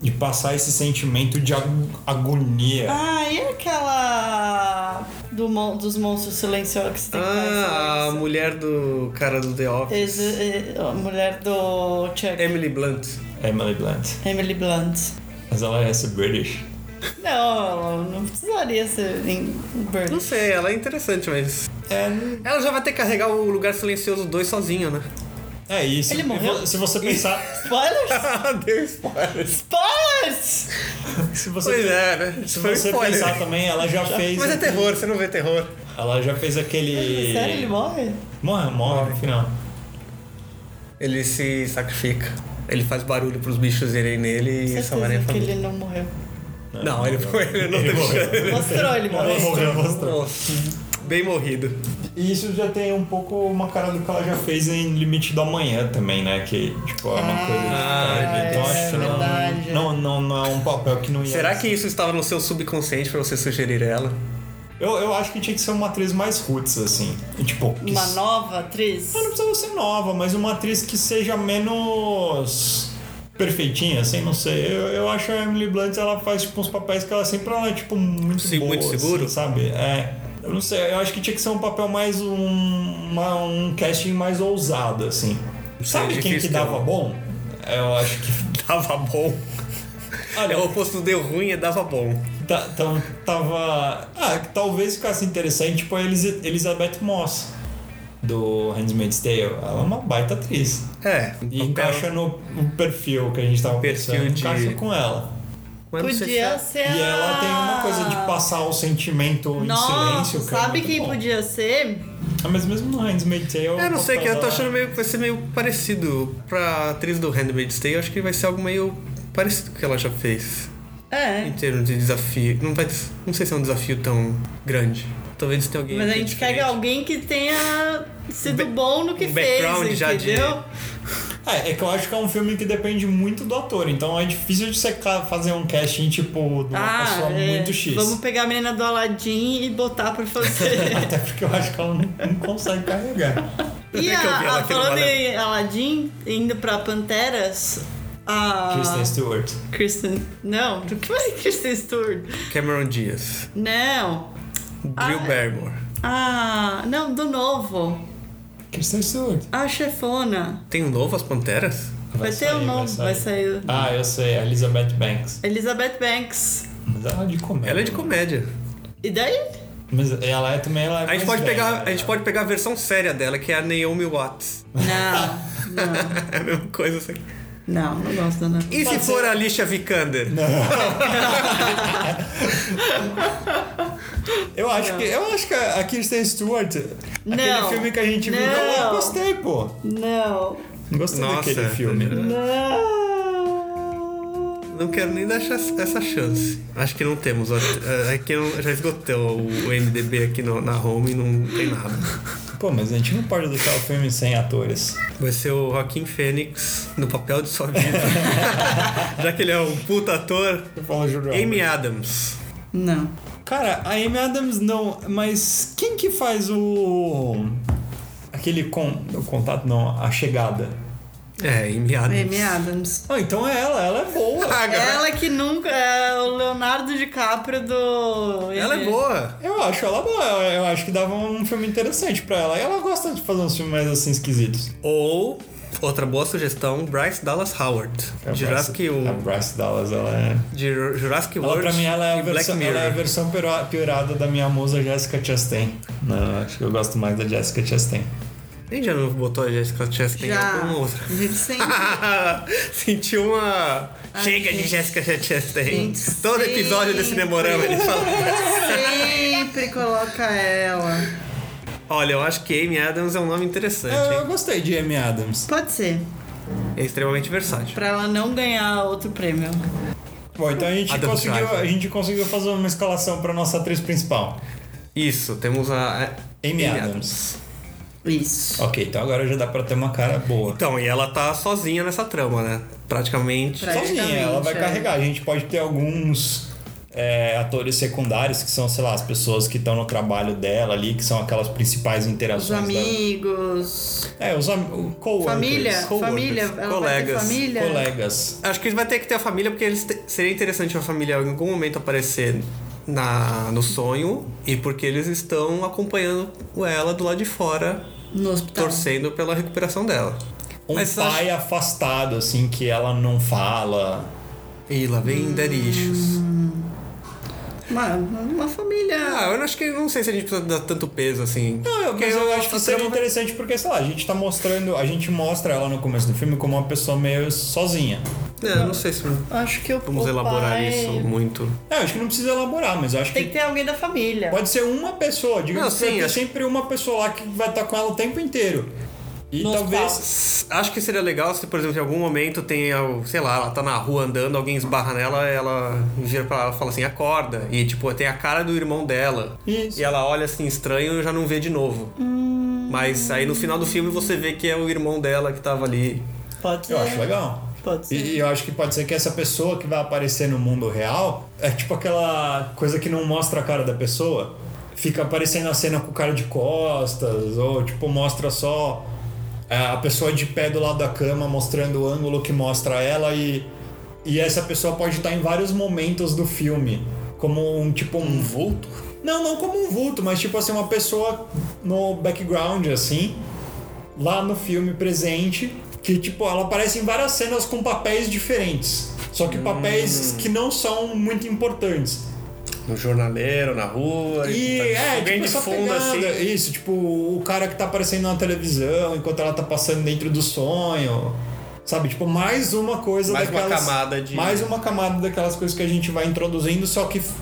[SPEAKER 2] de passar esse sentimento de ag- agonia.
[SPEAKER 3] Ah, e aquela. Do, mon- dos monstros silenciosos que você tem que
[SPEAKER 1] Ah, a
[SPEAKER 3] fazer?
[SPEAKER 1] mulher do cara do The Office.
[SPEAKER 3] Ex- eh, a mulher do Chuck,
[SPEAKER 1] Emily Blunt.
[SPEAKER 2] Emily Blunt.
[SPEAKER 3] Emily Blunt.
[SPEAKER 2] Mas ela é ser British.
[SPEAKER 3] Não, ela não precisaria ser em Bird.
[SPEAKER 1] Não sei, ela é interessante, mas. Ela já vai ter que carregar o Lugar Silencioso 2 sozinha, né?
[SPEAKER 2] É isso.
[SPEAKER 3] Ele morreu?
[SPEAKER 2] E vo- Se você pensar.
[SPEAKER 3] Spoilers?
[SPEAKER 1] Deu spoiler.
[SPEAKER 3] Spoilers!
[SPEAKER 2] se você,
[SPEAKER 1] Pois é, né?
[SPEAKER 2] se
[SPEAKER 1] Isso foi um
[SPEAKER 2] você
[SPEAKER 1] spoiler.
[SPEAKER 2] pensar também, ela já fez.
[SPEAKER 1] Mas é
[SPEAKER 2] aquele-
[SPEAKER 1] terror, você não vê terror.
[SPEAKER 2] Ela já fez aquele.
[SPEAKER 3] Sério, ele morre?
[SPEAKER 2] Morre, morre no final.
[SPEAKER 1] Ele se sacrifica. Ele faz barulho pros bichos irem nele e salvarem a
[SPEAKER 3] Certeza que
[SPEAKER 1] família.
[SPEAKER 3] ele é não morreu.
[SPEAKER 1] Não, ele foi. Ele não
[SPEAKER 4] Ele
[SPEAKER 1] teve
[SPEAKER 4] morreu.
[SPEAKER 1] chance.
[SPEAKER 3] Mostrou, ele morreu.
[SPEAKER 4] Morreu, mostrou.
[SPEAKER 1] Nossa, Bem morrido.
[SPEAKER 2] E isso já tem um pouco uma cara do que ela já fez em Limite do Amanhã também, né? Que, tipo, é uma coisa... de-
[SPEAKER 1] Ah,
[SPEAKER 2] então
[SPEAKER 3] é
[SPEAKER 2] acho que
[SPEAKER 3] verdade.
[SPEAKER 2] não, não, não é um papel que não ia...
[SPEAKER 1] Será que isso estava no seu subconsciente pra você sugerir ela?
[SPEAKER 2] Eu, eu acho que tinha que ser uma atriz mais roots, assim. E, tipo, que
[SPEAKER 3] Uma nova atriz?
[SPEAKER 2] Mas não precisa ser nova, mas uma atriz que seja menos perfeitinha, assim, não sei. Eu, eu acho a Emily Blunt, ela faz tipo, uns papéis que ela sempre ela é tipo muito
[SPEAKER 1] Sim,
[SPEAKER 2] boa,
[SPEAKER 1] muito seguro.
[SPEAKER 2] assim, sabe? É. Eu não sei, eu acho que tinha que ser um papel mais um, uma- um casting mais ousado, assim. Sabe quem que
[SPEAKER 1] é difícil,
[SPEAKER 2] dava
[SPEAKER 1] não.
[SPEAKER 2] bom? Eu acho que
[SPEAKER 1] Dava bom.
[SPEAKER 2] Olha,
[SPEAKER 1] É o oposto do deu ruim é dava bom.
[SPEAKER 2] ta- ta- tava, ah, que talvez ficasse interessante, tipo a Elis- Elizabeth Moss do Handmaid's Tale. Ela é uma baita atriz.
[SPEAKER 1] É,
[SPEAKER 2] E
[SPEAKER 1] papel-
[SPEAKER 2] encaixa no, no perfil que a gente tava
[SPEAKER 1] Perfil
[SPEAKER 2] pensando,
[SPEAKER 1] de-
[SPEAKER 2] encaixa com ela.
[SPEAKER 1] mas não sei se
[SPEAKER 3] Podia
[SPEAKER 1] é-
[SPEAKER 3] ser
[SPEAKER 2] E ela tem uma coisa de passar o sentimento em
[SPEAKER 3] Ah. Nossa,
[SPEAKER 2] silêncio. que é
[SPEAKER 3] sabe
[SPEAKER 2] muito
[SPEAKER 3] quem
[SPEAKER 2] bom.
[SPEAKER 3] podia ser?
[SPEAKER 2] Ah, mas mesmo no Handmaid's Tale...
[SPEAKER 1] Eu não sei, que eu tô
[SPEAKER 2] ela-
[SPEAKER 1] achando meio que vai ser meio parecido. Pra atriz do Handmaid's Tale, eu acho que vai ser algo meio parecido com o que ela já fez. Em
[SPEAKER 3] É.
[SPEAKER 1] termos de desafio. Não, vai, não sei se é um desafio tão grande. Talvez tenha
[SPEAKER 2] Então,
[SPEAKER 1] alguém.
[SPEAKER 3] Mas a
[SPEAKER 1] que é
[SPEAKER 3] gente quer
[SPEAKER 1] diferente.
[SPEAKER 3] alguém que tenha sido
[SPEAKER 1] Ba-
[SPEAKER 3] bom no que
[SPEAKER 1] um
[SPEAKER 3] fez,
[SPEAKER 1] background já de-
[SPEAKER 3] entendeu?
[SPEAKER 2] É, é que eu acho que é um filme que depende muito do ator, então é difícil de você ca- fazer um casting, tipo, de uma pessoa
[SPEAKER 3] é.
[SPEAKER 2] muito X.
[SPEAKER 3] Vamos pegar a menina do Aladdin e botar pra fazer.
[SPEAKER 2] Até porque eu acho que ela não, não consegue carregar.
[SPEAKER 3] e
[SPEAKER 1] É que eu vi
[SPEAKER 3] a,
[SPEAKER 1] ela
[SPEAKER 3] a,
[SPEAKER 1] aqui no
[SPEAKER 3] falando
[SPEAKER 1] balé.
[SPEAKER 3] em Aladdin, indo pra Panteras, a.
[SPEAKER 2] Kristen Stewart.
[SPEAKER 3] Kristen. Não, do que mais Kristen Stewart?
[SPEAKER 1] Cameron Diaz.
[SPEAKER 3] Não.
[SPEAKER 1] Drew
[SPEAKER 3] Ah.
[SPEAKER 1] Barrymore.
[SPEAKER 3] Ah, não, do novo.
[SPEAKER 2] Kristen Stewart.
[SPEAKER 3] A chefona.
[SPEAKER 1] Tem um novo as Panteras?
[SPEAKER 3] Vai, ter
[SPEAKER 2] sair,
[SPEAKER 3] um novo, vai sair.
[SPEAKER 2] Ah, eu sei, a Elizabeth Banks.
[SPEAKER 3] Elizabeth Banks.
[SPEAKER 2] Mas ela é de comédia.
[SPEAKER 1] Ela é de comédia.
[SPEAKER 3] E daí?
[SPEAKER 2] Mas ela é também... Ela é
[SPEAKER 1] A gente, pode
[SPEAKER 2] mais velha,
[SPEAKER 1] pegar, a
[SPEAKER 2] né?
[SPEAKER 1] gente pode pegar a versão séria dela, que é a Naomi Watts.
[SPEAKER 3] Não, não,
[SPEAKER 1] É a mesma coisa assim.
[SPEAKER 3] não, não gosto da Naomi.
[SPEAKER 1] E se
[SPEAKER 2] Pode
[SPEAKER 1] for
[SPEAKER 2] ser.
[SPEAKER 1] a Alicia Vikander?
[SPEAKER 2] Eu acho que eu acho que a Kirsten Stewart, aquele
[SPEAKER 3] Não.
[SPEAKER 2] filme que a gente viu,
[SPEAKER 3] Não.
[SPEAKER 2] eu gostei, pô.
[SPEAKER 3] Não,
[SPEAKER 2] Gostei
[SPEAKER 1] Nossa. é
[SPEAKER 2] daquele filme.
[SPEAKER 3] não.
[SPEAKER 1] Não quero nem dar essa essa chance. Acho que não temos. ó. É que eu- já esgotou o MDB aqui no- na home e não tem nada.
[SPEAKER 2] Pô, mas a gente não pode deixar o filme sem atores.
[SPEAKER 1] Vai ser o Joaquim Fênix no papel de sua vida. já que ele é um puta ator.
[SPEAKER 2] Eu falo Julião.
[SPEAKER 1] Amy Adams.
[SPEAKER 3] Não.
[SPEAKER 2] Cara, a Amy Adams não, mas quem que faz o aquele con... o contato não, a chegada?
[SPEAKER 1] É, Amy Adams.
[SPEAKER 3] Amy Adams.
[SPEAKER 2] Ah, então é ela, ela é boa.
[SPEAKER 1] Ela,
[SPEAKER 3] Ela que nunca. É o Leonardo DiCaprio do.
[SPEAKER 1] ela é boa.
[SPEAKER 2] Eu acho ela boa, eu acho que dava um filme interessante pra ela. E ela gosta de fazer uns filmes mais assim esquisitos.
[SPEAKER 1] Ou, outra boa sugestão, Bryce Dallas Howard.
[SPEAKER 2] A
[SPEAKER 1] Jurassic,
[SPEAKER 2] É,
[SPEAKER 1] um.
[SPEAKER 2] Bryce- A
[SPEAKER 1] o,
[SPEAKER 2] Bryce Dallas, ela é
[SPEAKER 1] Jur- Jurassic
[SPEAKER 2] Ela,
[SPEAKER 1] World
[SPEAKER 2] pra mim, ela é,
[SPEAKER 1] e
[SPEAKER 2] a
[SPEAKER 1] Black
[SPEAKER 2] versão,
[SPEAKER 1] Mirror.
[SPEAKER 2] ela é a versão piora- piorada da minha musa Jessica Chastain. Não, acho que eu gosto mais da Jessica Chastain.
[SPEAKER 1] Nem já não botou a Jessica Chastain em
[SPEAKER 3] Já.
[SPEAKER 1] alguma outra.
[SPEAKER 3] A gente sempre.
[SPEAKER 1] Senti uma.
[SPEAKER 3] Ai,
[SPEAKER 1] Chega de
[SPEAKER 3] gente.
[SPEAKER 1] Jessica Chastain.
[SPEAKER 3] Gente,
[SPEAKER 1] Todo
[SPEAKER 3] sim.
[SPEAKER 1] episódio desse Cinemorama ele fala.
[SPEAKER 3] sempre coloca ela.
[SPEAKER 1] Olha, eu acho que Amy Adams é um nome interessante,
[SPEAKER 2] É, eu
[SPEAKER 1] hein?
[SPEAKER 2] gostei de Amy Adams.
[SPEAKER 3] Pode ser.
[SPEAKER 1] É extremamente versátil.
[SPEAKER 3] Pra ela não ganhar outro prêmio.
[SPEAKER 2] Bom, então a gente,
[SPEAKER 1] Adam
[SPEAKER 2] conseguiu,
[SPEAKER 1] Driver.
[SPEAKER 2] a gente conseguiu fazer uma escalação pra nossa atriz principal.
[SPEAKER 1] Isso, temos a. a-
[SPEAKER 2] Amy Adams.
[SPEAKER 3] Isso.
[SPEAKER 2] Ok, então agora já dá pra ter uma cara boa.
[SPEAKER 1] Então, e ela tá sozinha nessa trama, né? Praticamente.
[SPEAKER 3] Pra-
[SPEAKER 2] Sozinha, ela vai
[SPEAKER 3] Praticamente, é.
[SPEAKER 2] carregar. A gente pode ter alguns é, atores secundários, que são, sei lá, as pessoas que estão no trabalho dela ali, que são aquelas principais interações.
[SPEAKER 3] Os
[SPEAKER 1] um
[SPEAKER 2] dela.
[SPEAKER 3] amigos.
[SPEAKER 2] É, os amigos.
[SPEAKER 3] Família.
[SPEAKER 1] coworkers,
[SPEAKER 3] Família. Ela vai ter
[SPEAKER 1] colegas,
[SPEAKER 3] família.
[SPEAKER 2] Colegas.
[SPEAKER 1] Acho que vai ter que ter a família, porque eles te- seria interessante a família em algum momento aparecer na, no sonho, e porque eles estão acompanhando ela do lado de fora,
[SPEAKER 3] No
[SPEAKER 2] Tá.
[SPEAKER 3] hospital.
[SPEAKER 1] torcendo pela recuperação dela.
[SPEAKER 2] um
[SPEAKER 1] Mas eu
[SPEAKER 2] pai afastado, assim, que ela não fala.
[SPEAKER 1] E lá vem hum.
[SPEAKER 3] Uma, uma família.
[SPEAKER 1] Ah, eu acho que não sei se a gente precisa dar tanto peso assim.
[SPEAKER 2] Não, eu,
[SPEAKER 1] Porque
[SPEAKER 2] mas eu acho que
[SPEAKER 1] a
[SPEAKER 2] seria
[SPEAKER 1] trama-
[SPEAKER 2] interessante porque, sei lá, a gente tá mostrando, a gente mostra ela no começo do filme como uma pessoa meio sozinha.
[SPEAKER 1] É, eu não sei se
[SPEAKER 3] Acho que o
[SPEAKER 1] vamos
[SPEAKER 3] o
[SPEAKER 1] elaborar
[SPEAKER 3] pai-
[SPEAKER 1] isso muito.
[SPEAKER 2] É, eu acho que não precisa elaborar, mas eu acho
[SPEAKER 3] Tem que
[SPEAKER 2] que
[SPEAKER 3] ter alguém da família.
[SPEAKER 2] pode ser uma pessoa, digamos
[SPEAKER 1] Não,
[SPEAKER 2] que vai
[SPEAKER 1] sim,
[SPEAKER 2] ter
[SPEAKER 1] acho-
[SPEAKER 2] sempre uma pessoa lá que vai estar com ela o tempo inteiro. E
[SPEAKER 3] Nos
[SPEAKER 2] talvez.
[SPEAKER 3] palcos.
[SPEAKER 1] Acho que seria legal se, por exemplo, em algum momento tem, sei lá, ela tá na rua andando, alguém esbarra nela, ela vira pra ela e fala assim, acorda. E, tipo, tem a cara do irmão dela.
[SPEAKER 2] Isso. Hum.
[SPEAKER 1] E ela olha assim estranho e já não vê de novo. Mas aí no final do filme você vê que é o irmão dela que tava ali.
[SPEAKER 3] Pode ser.
[SPEAKER 2] Eu acho legal.
[SPEAKER 3] Pode ser.
[SPEAKER 2] E, e eu acho que pode ser que essa pessoa que vai aparecer no mundo real é tipo aquela coisa que não mostra a cara da pessoa. Fica aparecendo a cena com o cara de costas, ou tipo, mostra só é, a pessoa de pé do lado da cama, mostrando o ângulo que mostra ela e. E essa pessoa pode estar em vários momentos do filme. Como um tipo um vulto? Não, não como um vulto, mas tipo assim, uma pessoa no background, assim lá no filme presente, que tipo, ela aparece em várias cenas com papéis diferentes. Só que papéis que não são muito importantes.
[SPEAKER 1] No jornaleiro, na rua.
[SPEAKER 2] E
[SPEAKER 1] tá-
[SPEAKER 2] é,
[SPEAKER 1] alguém
[SPEAKER 2] tipo,
[SPEAKER 1] de
[SPEAKER 2] essa
[SPEAKER 1] fundo
[SPEAKER 2] pegada.
[SPEAKER 1] assim.
[SPEAKER 2] Isso, tipo, o cara que tá aparecendo na televisão enquanto ela tá passando dentro do sonho. Sabe, tipo, mais uma coisa
[SPEAKER 1] Mais uma
[SPEAKER 2] daquelas.
[SPEAKER 1] camada de-
[SPEAKER 2] Mais uma camada daquelas coisas que a gente vai introduzindo, só que. f-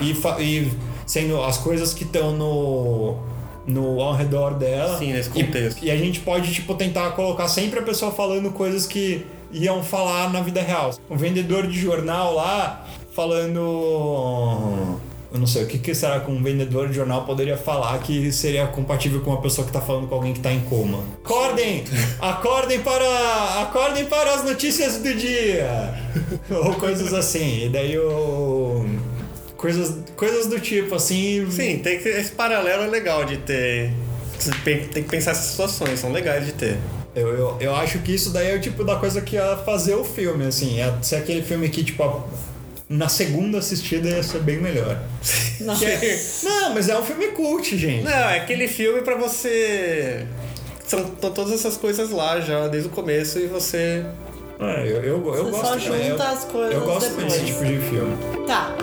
[SPEAKER 2] E, fa- e sendo as coisas que estão no. no ao redor dela.
[SPEAKER 1] Sim, nesse
[SPEAKER 2] E-
[SPEAKER 1] contexto.
[SPEAKER 2] E, a gente pode, tipo, tentar colocar sempre a pessoa falando coisas que iam falar na vida real. O vendedor de jornal lá falando. Eu não sei, o que, que será que um vendedor de jornal poderia falar que seria compatível com uma pessoa que tá falando com alguém que tá em coma? Acordem! Acordem para. Acordem para as notícias do dia! Ou coisas assim. E daí o. Coisas, coisas do tipo, assim.
[SPEAKER 1] Sim, tem que, esse paralelo é legal de ter. Tem tem que pensar essas situações, são legais de ter.
[SPEAKER 2] Eu, eu, eu acho que isso daí é o tipo da coisa que ia fazer o filme, assim. Ia ser aquele filme que, tipo, a- na segunda assistida ia ser bem melhor.
[SPEAKER 3] Nossa.
[SPEAKER 2] Que é- não, mas é um filme cult, gente.
[SPEAKER 1] Não, é aquele filme pra você. São estão todas essas coisas lá já desde o começo e você.
[SPEAKER 2] É, eu, eu, eu
[SPEAKER 3] Você
[SPEAKER 2] gosto
[SPEAKER 3] só
[SPEAKER 2] também,
[SPEAKER 3] junta
[SPEAKER 2] eu-
[SPEAKER 3] as coisas
[SPEAKER 2] Eu gosto muito desse tipo
[SPEAKER 3] depois.
[SPEAKER 2] de filme.
[SPEAKER 3] Tá.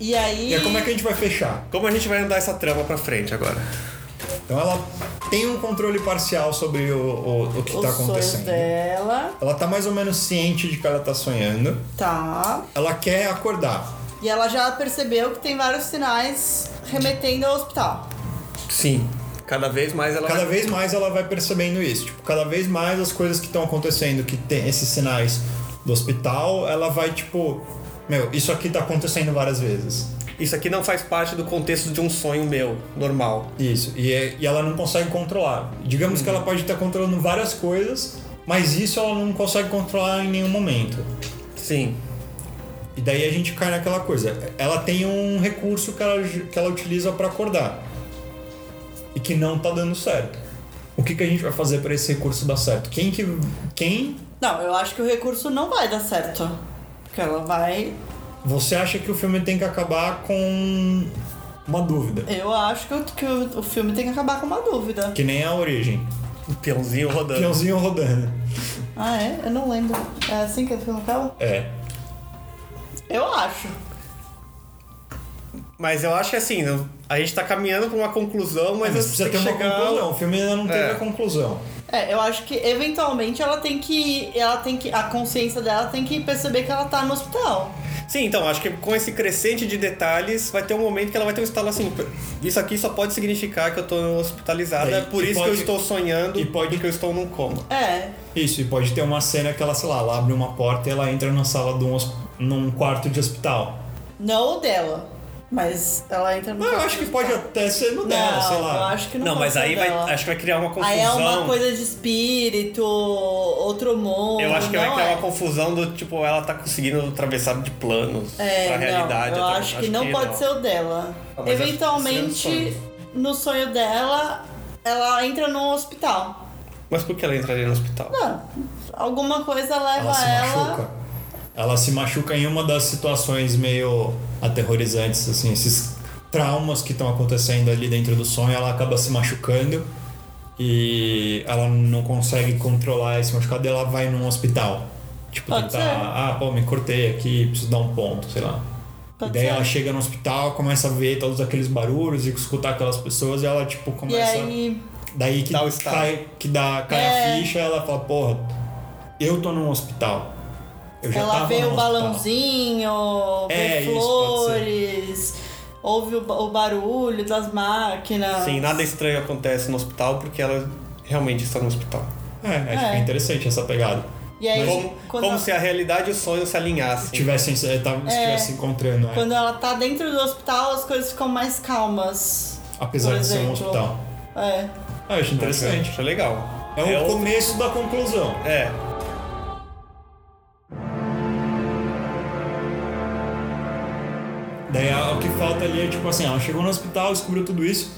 [SPEAKER 3] E aí.
[SPEAKER 2] E é como é que a gente vai fechar?
[SPEAKER 1] Como a gente vai andar essa trama pra frente agora?
[SPEAKER 2] Então ela tem um controle parcial sobre o, o, o que
[SPEAKER 3] os
[SPEAKER 2] tá
[SPEAKER 3] sonhos
[SPEAKER 2] acontecendo.
[SPEAKER 3] dela.
[SPEAKER 2] Ela tá mais ou menos ciente de que ela tá sonhando.
[SPEAKER 3] Tá.
[SPEAKER 2] Ela quer acordar.
[SPEAKER 3] E ela já percebeu que tem vários sinais remetendo ao hospital.
[SPEAKER 1] Sim. Cada vez mais ela
[SPEAKER 2] Cada
[SPEAKER 1] vai.
[SPEAKER 2] vez mais ela vai percebendo isso. Tipo, cada vez mais as coisas que estão acontecendo, que tem esses sinais do hospital, ela vai, tipo, meu, isso aqui tá acontecendo várias vezes.
[SPEAKER 1] Isso aqui não faz parte do contexto de um sonho meu, normal.
[SPEAKER 2] Isso. E, é- e ela não consegue controlar. Digamos que ela pode estar controlando várias coisas, mas isso ela não consegue controlar em nenhum momento.
[SPEAKER 1] Sim.
[SPEAKER 2] E daí a gente cai naquela coisa. Ela tem um recurso que ela, que ela utiliza pra acordar. E que não tá dando certo. O que, que a gente vai fazer pra esse recurso dar certo? Quem que. Quem
[SPEAKER 3] Não, eu acho que o recurso não vai dar certo. Porque ela vai.
[SPEAKER 2] Você acha que o filme tem que acabar com uma dúvida,
[SPEAKER 3] Eu acho que, o- que o, o filme tem que acabar com uma dúvida.
[SPEAKER 2] que nem a origem.
[SPEAKER 1] O Um peãozinho rodando.
[SPEAKER 2] Peãozinho rodando.
[SPEAKER 3] Ah, é? Eu não lembro. É assim que o filme acaba?
[SPEAKER 2] É.
[SPEAKER 3] Eu acho.
[SPEAKER 1] Mas eu acho que assim, não- a gente tá caminhando pra uma conclusão, mas,
[SPEAKER 2] Ah, Mas, precisa
[SPEAKER 1] é, tem
[SPEAKER 2] ter
[SPEAKER 1] que
[SPEAKER 2] uma
[SPEAKER 1] chegar...
[SPEAKER 2] conclusão. O filme ainda não teve
[SPEAKER 1] É.
[SPEAKER 2] a conclusão.
[SPEAKER 3] É, eu acho que eventualmente ela tem que. Ela tem que. A consciência dela tem que perceber que ela tá no hospital.
[SPEAKER 1] Sim, então, acho que com esse crescente de detalhes, vai ter um momento que ela vai ter um estalo assim. Isso aqui só pode significar que eu tô hospitalizada,
[SPEAKER 2] É,
[SPEAKER 1] é por
[SPEAKER 2] e
[SPEAKER 1] isso que
[SPEAKER 2] pode-
[SPEAKER 1] eu estou sonhando
[SPEAKER 2] e pode-
[SPEAKER 1] que eu estou num coma.
[SPEAKER 3] É.
[SPEAKER 2] Isso, e pode ter uma cena que ela, sei lá, ela abre uma porta e ela entra na sala de um, hosp- num quarto de hospital.
[SPEAKER 3] Não o dela. Mas ela entra no.
[SPEAKER 2] Não, eu
[SPEAKER 3] quarto
[SPEAKER 2] acho que
[SPEAKER 3] do
[SPEAKER 2] pode
[SPEAKER 3] hospital.
[SPEAKER 2] até ser no
[SPEAKER 3] Não,
[SPEAKER 2] dela, sei lá.
[SPEAKER 3] Eu acho que não,
[SPEAKER 1] Não,
[SPEAKER 3] pode
[SPEAKER 1] mas
[SPEAKER 3] ser
[SPEAKER 1] aí vai,
[SPEAKER 3] dela.
[SPEAKER 1] acho que vai criar uma confusão.
[SPEAKER 3] Aí é uma coisa de espírito, outro mundo.
[SPEAKER 1] Eu acho que
[SPEAKER 3] não
[SPEAKER 1] vai criar
[SPEAKER 3] é.
[SPEAKER 1] uma confusão do tipo, ela tá conseguindo atravessar de planos
[SPEAKER 3] É,
[SPEAKER 1] pra
[SPEAKER 3] não,
[SPEAKER 1] realidade.
[SPEAKER 3] Eu
[SPEAKER 1] outra-
[SPEAKER 3] acho que não pode ser o dela.
[SPEAKER 1] Ah, mas
[SPEAKER 3] é um
[SPEAKER 1] acho que seria
[SPEAKER 3] Eventualmente, no sonho dela, ela entra num hospital.
[SPEAKER 1] Mas por que ela entraria no hospital?
[SPEAKER 3] Não, Ah, alguma coisa leva
[SPEAKER 2] Ela se machuca. Ela se machuca em uma das situações meio aterrorizantes, assim, esses traumas que estão acontecendo ali dentro do sonho, ela acaba se machucando e ela não consegue controlar esse machucado, e ela vai num hospital. Tipo,
[SPEAKER 3] Pode
[SPEAKER 2] tentar,
[SPEAKER 3] ser.
[SPEAKER 2] ah, pô, me cortei aqui, preciso dar um ponto, sei lá.
[SPEAKER 3] Pode
[SPEAKER 2] e daí
[SPEAKER 3] ser.
[SPEAKER 2] ela chega no hospital, começa a ver todos aqueles barulhos e escutar aquelas pessoas e ela, tipo,
[SPEAKER 3] E
[SPEAKER 2] começa.
[SPEAKER 3] aí.
[SPEAKER 2] Daí que
[SPEAKER 1] Dá o estalo.
[SPEAKER 2] cai, que dá, cai
[SPEAKER 3] É.
[SPEAKER 2] a ficha, ela fala, porra, eu tô num hospital. Eu já
[SPEAKER 3] Ela
[SPEAKER 2] tava
[SPEAKER 3] vê
[SPEAKER 2] num
[SPEAKER 3] o
[SPEAKER 2] hospital."
[SPEAKER 3] balãozinho,
[SPEAKER 2] É,
[SPEAKER 3] vê
[SPEAKER 2] isso, pode
[SPEAKER 3] flores, ouve o, ba- o barulho das máquinas.
[SPEAKER 1] Sim, nada estranho acontece no hospital porque ela realmente está no hospital.
[SPEAKER 2] É, acho
[SPEAKER 3] É.
[SPEAKER 2] que é interessante essa pegada.
[SPEAKER 3] E aí,
[SPEAKER 1] Como,
[SPEAKER 3] É, quando,
[SPEAKER 1] como se a realidade e o sonho se alinhassem. Né?
[SPEAKER 2] Tivessem, se- tá- estivesse se encontrando, né?
[SPEAKER 3] É. quando ela tá dentro do hospital, as coisas ficam mais calmas.
[SPEAKER 2] Apesar
[SPEAKER 3] por
[SPEAKER 2] de ser um
[SPEAKER 3] exemplo.
[SPEAKER 2] hospital.
[SPEAKER 3] É.
[SPEAKER 2] Ah, eu acho interessante.
[SPEAKER 1] Isso é legal.
[SPEAKER 2] É o
[SPEAKER 1] outro-
[SPEAKER 2] começo da conclusão.
[SPEAKER 1] É.
[SPEAKER 2] Daí ah, o que falta ali é tipo assim, ela chegou no hospital, descobriu tudo isso,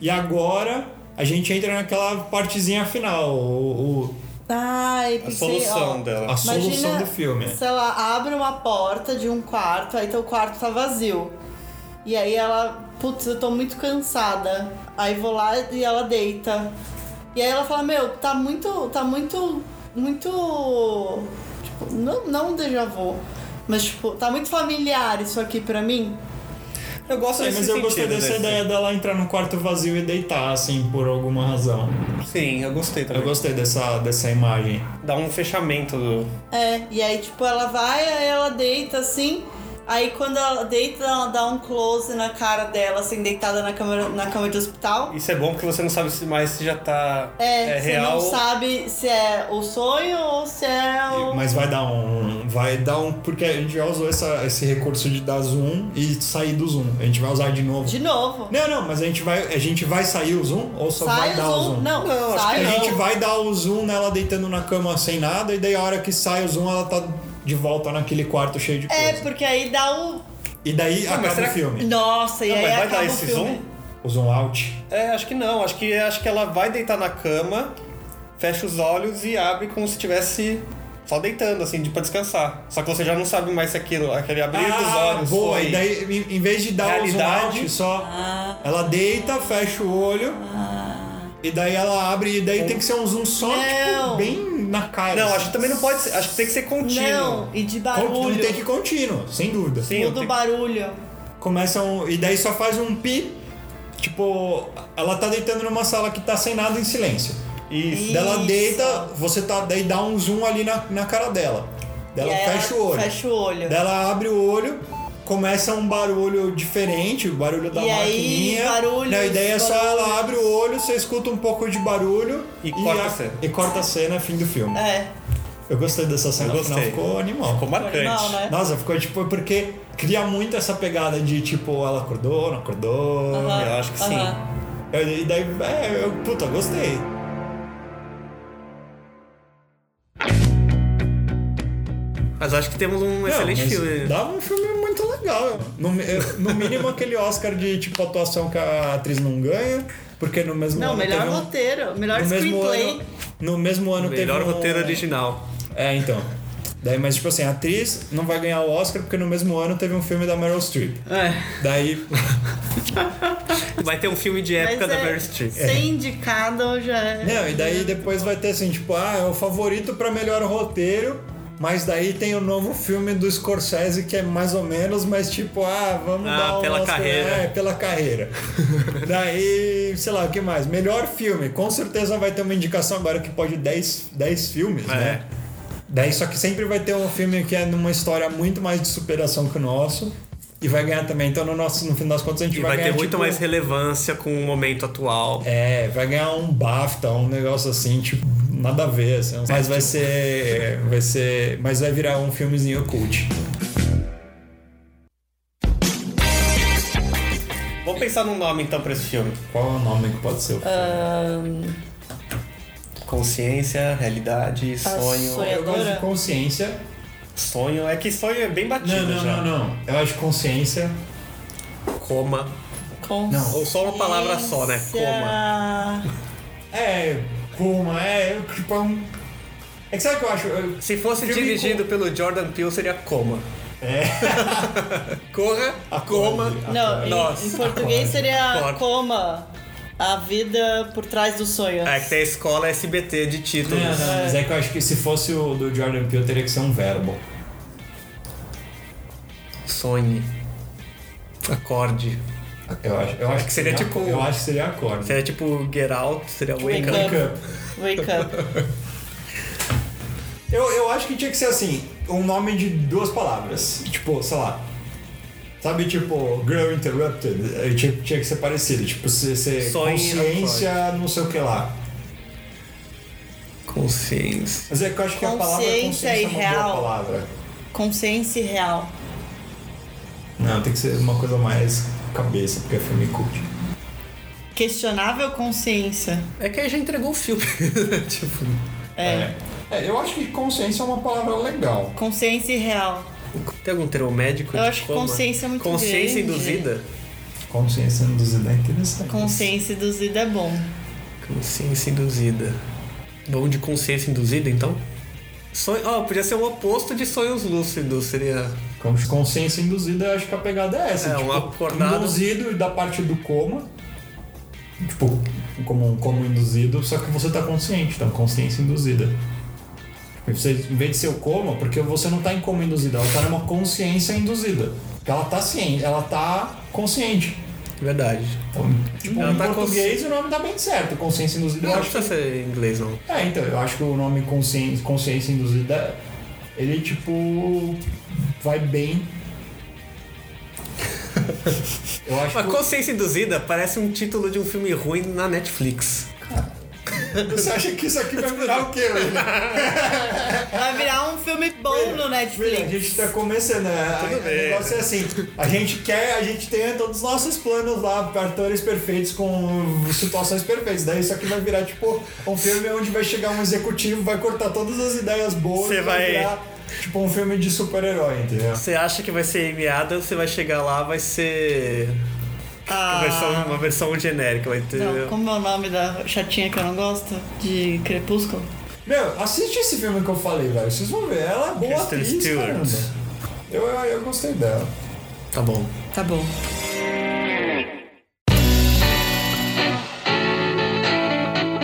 [SPEAKER 2] e agora a gente entra naquela partezinha final, o, o-
[SPEAKER 3] Ai,
[SPEAKER 1] A
[SPEAKER 3] pensei,
[SPEAKER 1] solução
[SPEAKER 3] ó,
[SPEAKER 1] dela.
[SPEAKER 2] a solução do filme.
[SPEAKER 3] Se ela abre uma porta de um quarto, aí teu quarto tá vazio. E aí ela, putz, eu tô muito cansada. Aí vou lá e ela deita. E aí ela fala, meu, tá muito. tá muito. muito. Tipo, não, não déjà vu. Mas, tipo, tá muito familiar isso aqui pra mim.
[SPEAKER 1] Eu gosto
[SPEAKER 2] Sim,
[SPEAKER 1] desse
[SPEAKER 2] É, mas eu
[SPEAKER 1] sentido
[SPEAKER 2] gostei dessa
[SPEAKER 1] desse.
[SPEAKER 2] ideia dela entrar no quarto vazio e deitar, assim, por alguma razão.
[SPEAKER 1] Sim, eu gostei também.
[SPEAKER 2] Eu gostei dessa, dessa imagem.
[SPEAKER 1] Dá um fechamento do.
[SPEAKER 3] É, e aí, tipo, ela vai, aí ela deita assim. Aí quando ela deita, ela dá um close na cara dela, assim, deitada na cama, na cama de hospital.
[SPEAKER 1] Isso é bom porque você não sabe se mais se já tá
[SPEAKER 3] É, você
[SPEAKER 1] real.
[SPEAKER 3] não sabe se é o sonho ou se é o.
[SPEAKER 2] Mas vai dar um. Vai dar um. Porque a gente já usou essa, esse recurso de dar zoom e sair do zoom. A gente vai usar de novo.
[SPEAKER 3] De novo.
[SPEAKER 2] Não, não, mas a gente vai, a gente vai sair o zoom ou só
[SPEAKER 3] sai
[SPEAKER 2] vai
[SPEAKER 3] o
[SPEAKER 2] dar o
[SPEAKER 3] zoom.
[SPEAKER 2] zoom?
[SPEAKER 3] Não,
[SPEAKER 1] Não, acho
[SPEAKER 2] A
[SPEAKER 3] sai
[SPEAKER 2] gente
[SPEAKER 3] não.
[SPEAKER 2] vai dar o zoom nela deitando na cama sem nada, e daí a hora que sai o zoom, ela tá de volta naquele quarto cheio de coisa.
[SPEAKER 3] É, porque aí dá o.
[SPEAKER 2] E daí
[SPEAKER 1] Não, mas
[SPEAKER 2] acaba
[SPEAKER 1] será
[SPEAKER 2] o
[SPEAKER 1] que-
[SPEAKER 2] filme.
[SPEAKER 3] Nossa, e
[SPEAKER 1] Não,
[SPEAKER 3] aí
[SPEAKER 1] mas vai
[SPEAKER 3] acaba
[SPEAKER 1] dar
[SPEAKER 3] o
[SPEAKER 1] esse
[SPEAKER 3] filme.
[SPEAKER 1] zoom?
[SPEAKER 2] O zoom out.
[SPEAKER 1] É, acho que não. Acho que, acho que ela vai deitar na cama, fecha os olhos e abre como se estivesse só deitando, assim, de, pra descansar. Só que você já não sabe mais se aquilo, aquele abrir dos
[SPEAKER 2] Ah,
[SPEAKER 1] olhos.
[SPEAKER 2] Boa,
[SPEAKER 1] foi-
[SPEAKER 2] e daí em- em vez de dar o zoom
[SPEAKER 1] Realidade.
[SPEAKER 2] out, só
[SPEAKER 3] Ah,
[SPEAKER 2] ela deita, fecha o olho. E daí ela abre, e daí tem que ser um zoom só, tipo,
[SPEAKER 3] Não.
[SPEAKER 2] bem na cara.
[SPEAKER 1] Não,
[SPEAKER 2] assim.
[SPEAKER 1] acho que também não pode ser. Acho que tem que ser contínuo.
[SPEAKER 3] Não, e de
[SPEAKER 2] Contínuo,
[SPEAKER 3] barulho.
[SPEAKER 2] Tem que ir contínuo, sem dúvida.
[SPEAKER 1] Sim,
[SPEAKER 3] Muda o
[SPEAKER 1] tem-
[SPEAKER 3] barulho.
[SPEAKER 2] Começa um. E daí só faz um pi. Tipo, ela tá deitando numa sala que tá sem nada em silêncio.
[SPEAKER 1] Isso.
[SPEAKER 2] Daí Ela
[SPEAKER 3] Isso.
[SPEAKER 2] deita, você tá. Daí dá um zoom ali na, na cara dela. Daí
[SPEAKER 3] E
[SPEAKER 2] ela
[SPEAKER 3] aí
[SPEAKER 2] fecha o olho.
[SPEAKER 3] É, Fecha o olho.
[SPEAKER 2] Daí ela abre o olho, começa um barulho diferente, o barulho da
[SPEAKER 3] E aí,
[SPEAKER 2] maquininha.
[SPEAKER 3] barulho,
[SPEAKER 2] Não, a ideia é só
[SPEAKER 3] barulho.
[SPEAKER 2] ela abre o olho, você escuta um pouco de barulho
[SPEAKER 1] E corta a cena.
[SPEAKER 2] E corta a cena, fim do filme.
[SPEAKER 3] É.
[SPEAKER 2] Eu gostei dessa cena,
[SPEAKER 1] Eu
[SPEAKER 2] no final
[SPEAKER 1] gostei.
[SPEAKER 2] ficou animal.
[SPEAKER 1] Ficou marcante.
[SPEAKER 3] Animal, né?
[SPEAKER 2] Nossa, ficou tipo, porque cria muito essa pegada de tipo, ela acordou, não acordou.
[SPEAKER 3] Aham,
[SPEAKER 1] eu acho que sim.
[SPEAKER 3] aham.
[SPEAKER 2] Eu- E daí, é, eu, puta, gostei.
[SPEAKER 1] Mas acho que temos um excelente
[SPEAKER 2] Não, mas
[SPEAKER 1] filme.
[SPEAKER 2] Dava um filme muito legal. No, mi- no mínimo aquele Oscar de tipo atuação que a atriz não ganha, porque no mesmo
[SPEAKER 3] Não,
[SPEAKER 2] ano.
[SPEAKER 3] melhor
[SPEAKER 2] teve um-
[SPEAKER 3] roteiro, melhor
[SPEAKER 2] no mesmo
[SPEAKER 3] screenplay.
[SPEAKER 2] ano, no mesmo ano teve
[SPEAKER 1] Melhor
[SPEAKER 2] um-
[SPEAKER 1] roteiro original.
[SPEAKER 2] É, então. Daí, mas tipo assim, a atriz não vai ganhar o Oscar porque no mesmo ano teve um filme da Meryl Streep.
[SPEAKER 3] É.
[SPEAKER 2] Daí,
[SPEAKER 1] Vai ter um filme de época
[SPEAKER 3] Mas
[SPEAKER 1] da
[SPEAKER 3] é-
[SPEAKER 1] Meryl Streep.
[SPEAKER 3] Ser indicado já é.
[SPEAKER 2] não, e daí depois vai ter assim, tipo, ah, é o favorito pra melhor roteiro, mas daí tem o novo filme do Scorsese que é mais ou menos, mas tipo, ah, vamos
[SPEAKER 1] Ah,
[SPEAKER 2] dar um
[SPEAKER 1] pela
[SPEAKER 2] Oscar,
[SPEAKER 1] carreira.
[SPEAKER 2] é, pela carreira. daí, sei lá, o que mais? Melhor filme, com certeza vai ter uma indicação agora que pode 10 10 filmes,
[SPEAKER 1] É.
[SPEAKER 2] né? Daí só que sempre vai ter um filme que é numa história muito mais de superação que o nosso. E vai ganhar também. Então, no, nosso, no fim das contas, a gente
[SPEAKER 1] E
[SPEAKER 2] vai,
[SPEAKER 1] vai ter
[SPEAKER 2] ganhar.
[SPEAKER 1] muito
[SPEAKER 2] tipo,
[SPEAKER 1] mais relevância com o momento atual.
[SPEAKER 2] é, vai ganhar um BAFTA, um negócio assim, tipo, nada a ver, assim, mas vai ser, vai ser, mas vai virar um filmezinho cult.
[SPEAKER 1] Vamos pensar num nome então pra esse filme.
[SPEAKER 2] Qual é o nome que pode ser?
[SPEAKER 1] Consciência, realidade, sonho.
[SPEAKER 3] Ah, sonho.
[SPEAKER 2] Eu gosto de consciência.
[SPEAKER 1] Sonho é que sonho é bem batido
[SPEAKER 2] Não, não,
[SPEAKER 1] já.
[SPEAKER 2] não, não. Eu acho consciência.
[SPEAKER 1] Coma.
[SPEAKER 2] Não.
[SPEAKER 1] Ou só uma palavra só, né? Coma.
[SPEAKER 3] Coma.
[SPEAKER 2] É, como é, tipo, é um... É que sabe o que eu acho? Eu-
[SPEAKER 1] Se fosse
[SPEAKER 2] Filme
[SPEAKER 1] dirigido pelo Jordan Peele, seria Coma. É. Corra, coma.
[SPEAKER 2] Acorde.
[SPEAKER 3] Não, em, em
[SPEAKER 1] Nossa.
[SPEAKER 3] português seria
[SPEAKER 1] Acorda.
[SPEAKER 3] coma. A vida por trás do sonho.
[SPEAKER 1] É que tem a escola SBT de
[SPEAKER 2] Não,
[SPEAKER 1] títulos.
[SPEAKER 2] não, mas é que eu acho que se fosse o do Jordan Peele, teria que ser um verbo.
[SPEAKER 1] Sonhe. Acorde.
[SPEAKER 2] Eu acho, eu acho
[SPEAKER 1] que seria tipo-
[SPEAKER 2] Eu acho que seria né? acorde.
[SPEAKER 1] Seria tipo Get Out, seria Wake Up.
[SPEAKER 2] Wake up.
[SPEAKER 3] Wake up.
[SPEAKER 2] Eu, eu acho que tinha que ser assim, um nome de duas palavras. Tipo, sei lá. Sabe, tipo, Girl Interrupted, eh, tinha, tinha que ser parecido. Tipo, ser, ser
[SPEAKER 4] Só em
[SPEAKER 2] consciência, não sei o que lá.
[SPEAKER 4] Consciência.
[SPEAKER 2] Mas é que eu acho que a palavra
[SPEAKER 3] Consciência
[SPEAKER 2] consciência é uma
[SPEAKER 3] irreal.
[SPEAKER 2] boa palavra.
[SPEAKER 3] Consciência e real.
[SPEAKER 2] Não, tem que ser uma coisa mais cabeça, porque é filme cult.
[SPEAKER 3] Questionável consciência.
[SPEAKER 4] É que aí já entregou o filme. tipo,
[SPEAKER 2] É. É, eu acho que consciência é uma palavra legal.
[SPEAKER 3] Consciência e real.
[SPEAKER 4] tem algum termo médico?
[SPEAKER 3] Eu
[SPEAKER 4] de
[SPEAKER 3] acho que
[SPEAKER 4] coma?
[SPEAKER 3] consciência é muito
[SPEAKER 4] Consciência
[SPEAKER 3] grande.
[SPEAKER 4] induzida?
[SPEAKER 2] Consciência induzida é interessante.
[SPEAKER 3] Consciência induzida é bom.
[SPEAKER 4] Consciência induzida. Bom de consciência induzida, então? Sonho... Ah, podia ser o oposto de sonhos lúcidos, seria...
[SPEAKER 2] Com- Consciência induzida, um eu acho que a pegada é essa.
[SPEAKER 4] É,
[SPEAKER 2] tipo,
[SPEAKER 4] um acordado-
[SPEAKER 2] Induzido da parte do coma. Tipo, como um coma induzido, só que você tá consciente, então consciência induzida. Tipo, Você, em vez de ser o coma, porque você não tá em coma induzido, ela tá numa consciência induzida. Porque Ela tá ciente, ela tá consciente.
[SPEAKER 4] Verdade.
[SPEAKER 2] Então, tipo,
[SPEAKER 4] Ela
[SPEAKER 2] em
[SPEAKER 4] tá
[SPEAKER 2] português o nome tá bem certo, consciência induzida.
[SPEAKER 4] Não,
[SPEAKER 2] eu
[SPEAKER 4] não
[SPEAKER 2] acho que
[SPEAKER 4] precisa ser em inglês, não.
[SPEAKER 2] é, então, eu acho que o nome consciência, consciência induzida, ele tipo. vai bem. Eu acho
[SPEAKER 4] Mas
[SPEAKER 2] que.
[SPEAKER 4] consciência induzida parece um título de um filme ruim na Netflix.
[SPEAKER 2] Você acha que isso aqui vai virar o quê, velho?
[SPEAKER 3] Vai virar um filme bom no
[SPEAKER 2] Velho, A
[SPEAKER 3] Netflix.
[SPEAKER 2] gente tá começando, né? A- O negócio é assim: a gente quer, a gente tem todos os nossos planos lá, cartões perfeitos com situações perfeitas. Daí isso aqui vai virar tipo um filme onde vai chegar um executivo, vai cortar todas as ideias boas
[SPEAKER 4] Você
[SPEAKER 2] e
[SPEAKER 4] vai-
[SPEAKER 2] virar tipo um filme de super-herói, entendeu?
[SPEAKER 4] Você acha que vai ser Amy Adams, você vai chegar lá, vai ser...
[SPEAKER 3] Ah.
[SPEAKER 4] Vai ser uma versão genérica, vai ter...
[SPEAKER 3] Não, como é o nome da chatinha que eu não gosto? De Crepúsculo?
[SPEAKER 2] Meu, assiste esse filme que eu falei, velho. Vocês vão ver. Ela é boa
[SPEAKER 4] Kristen
[SPEAKER 2] atriz,
[SPEAKER 4] Stewart.
[SPEAKER 2] caramba. Eu, eu, eu gostei dela.
[SPEAKER 4] Tá bom.
[SPEAKER 3] Tá bom.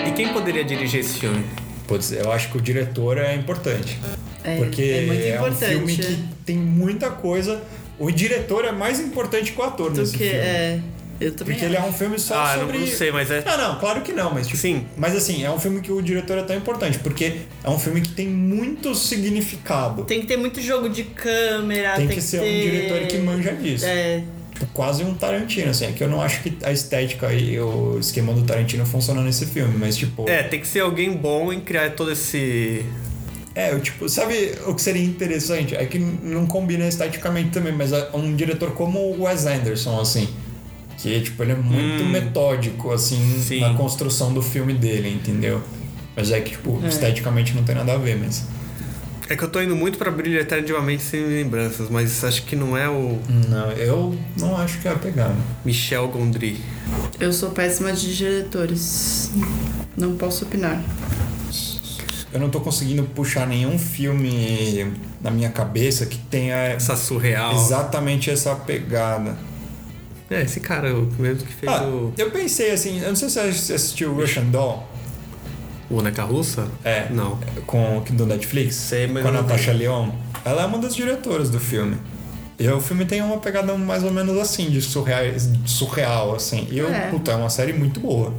[SPEAKER 4] E quem poderia dirigir esse filme?
[SPEAKER 2] Putz, eu acho que o diretor é importante.
[SPEAKER 3] É,
[SPEAKER 2] porque
[SPEAKER 3] é muito
[SPEAKER 2] um
[SPEAKER 3] importante.
[SPEAKER 2] filme que tem muita coisa. O diretor é mais importante que o ator
[SPEAKER 3] Do
[SPEAKER 2] nesse
[SPEAKER 3] que
[SPEAKER 2] filme.
[SPEAKER 3] é. Eu também.
[SPEAKER 2] Porque ele é um filme só
[SPEAKER 4] Ah, não-
[SPEAKER 2] sobre.
[SPEAKER 4] não sei, mas é-
[SPEAKER 2] Não, não, claro que não, mas tipo.
[SPEAKER 4] Sim.
[SPEAKER 2] Mas assim, é um filme que o diretor é tão importante, porque é um filme que tem muito significado.
[SPEAKER 3] Tem que ter muito jogo de câmera.
[SPEAKER 2] Tem
[SPEAKER 3] Tem,
[SPEAKER 2] que ser um
[SPEAKER 3] ter-
[SPEAKER 2] diretor que manja disso.
[SPEAKER 3] É,
[SPEAKER 2] Tipo, quase um Tarantino, assim. É que eu não acho que a estética e o esquema do Tarantino funciona nesse filme, mas tipo.
[SPEAKER 4] É, tem que ser alguém bom em criar todo esse...
[SPEAKER 2] É, eu, tipo, sabe o que seria interessante? É que não combina esteticamente também, mas é um diretor como o Wes Anderson, assim. Que, tipo, ele é muito metódico, assim,
[SPEAKER 4] Hum. Sim.
[SPEAKER 2] na construção do filme dele, entendeu? Mas é que, tipo, esteticamente não tem nada a ver, mas.
[SPEAKER 4] É que eu tô indo muito pra brilho eterno de uma mente sem lembranças, mas acho que não é o
[SPEAKER 2] Não, eu não acho que é a pegada.
[SPEAKER 4] Michel Gondry.
[SPEAKER 3] eu sou péssima de diretores. Não posso opinar.
[SPEAKER 2] Eu não tô conseguindo puxar nenhum filme na minha cabeça que tenha
[SPEAKER 4] Essa surreal.
[SPEAKER 2] exatamente essa pegada.
[SPEAKER 4] É, esse cara, o mesmo que fez
[SPEAKER 2] Ah,
[SPEAKER 4] o.
[SPEAKER 2] eu pensei assim, eu não sei se você assistiu Russian Doll.
[SPEAKER 4] O Boneca Russa?
[SPEAKER 2] É.
[SPEAKER 4] Não.
[SPEAKER 2] com do Netflix,
[SPEAKER 4] Hum. Sei, mas
[SPEAKER 2] com a
[SPEAKER 4] eu não vi.
[SPEAKER 2] Natasha Leon. Ela é uma das diretoras do filme. E o filme tem uma pegada mais ou menos assim, de surreal, surreal assim. E eu,
[SPEAKER 3] É.
[SPEAKER 2] puta, é uma série muito boa.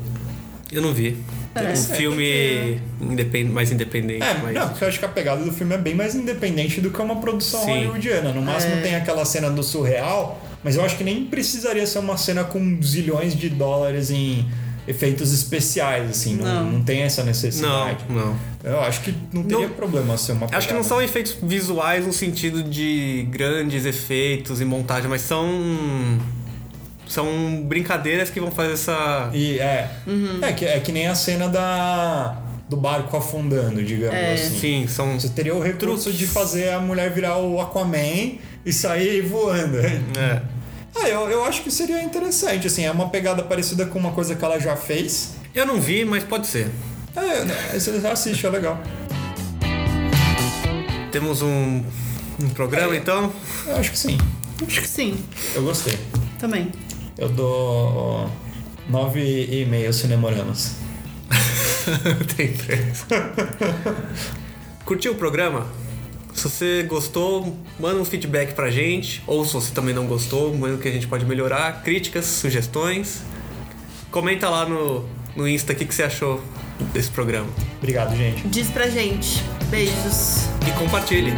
[SPEAKER 4] Eu não vi.
[SPEAKER 3] É,
[SPEAKER 4] um filme independ... mais independente,
[SPEAKER 2] É,
[SPEAKER 4] mas.
[SPEAKER 2] não, porque eu acho que a pegada do filme é bem mais independente do que uma produção
[SPEAKER 4] Sim.
[SPEAKER 2] hollywoodiana. No máximo tem aquela cena do surreal, mas eu acho que nem precisaria ser uma cena com zilhões de dólares em efeitos especiais, assim. Não,
[SPEAKER 3] Não.
[SPEAKER 2] não tem essa
[SPEAKER 4] Não,
[SPEAKER 2] necessidade.
[SPEAKER 4] não.
[SPEAKER 2] Eu acho que não teria
[SPEAKER 4] Não-
[SPEAKER 2] problema ser uma
[SPEAKER 4] Acho que não são efeitos visuais no sentido de grandes efeitos e montagem, mas são. São brincadeiras que vão fazer essa.
[SPEAKER 2] E é. É, que, é que nem a cena da, do barco afundando, digamos assim.
[SPEAKER 4] Sim, são.
[SPEAKER 2] Você teria o recurso de fazer a mulher virar o Aquaman e sair voando.
[SPEAKER 4] É.
[SPEAKER 2] Ah, eu, eu acho que seria interessante, assim, é uma pegada parecida com uma coisa que ela já fez.
[SPEAKER 4] Eu não vi, mas pode ser.
[SPEAKER 2] É, né, você assiste, é legal.
[SPEAKER 4] Temos um, um programa então?
[SPEAKER 2] Eu acho que sim.
[SPEAKER 3] Acho que sim.
[SPEAKER 2] Eu gostei.
[SPEAKER 3] Também.
[SPEAKER 2] Eu dou 9,5 cinemoramas.
[SPEAKER 4] Tem três. Curtiu o programa? Se você gostou, manda um feedback pra gente. Ou se você também não gostou, manda o que a gente pode melhorar. Críticas, sugestões. Comenta lá no, no Insta o que, que você achou desse programa.
[SPEAKER 2] Obrigado, gente.
[SPEAKER 3] Diz pra gente. Beijos.
[SPEAKER 4] E compartilhe.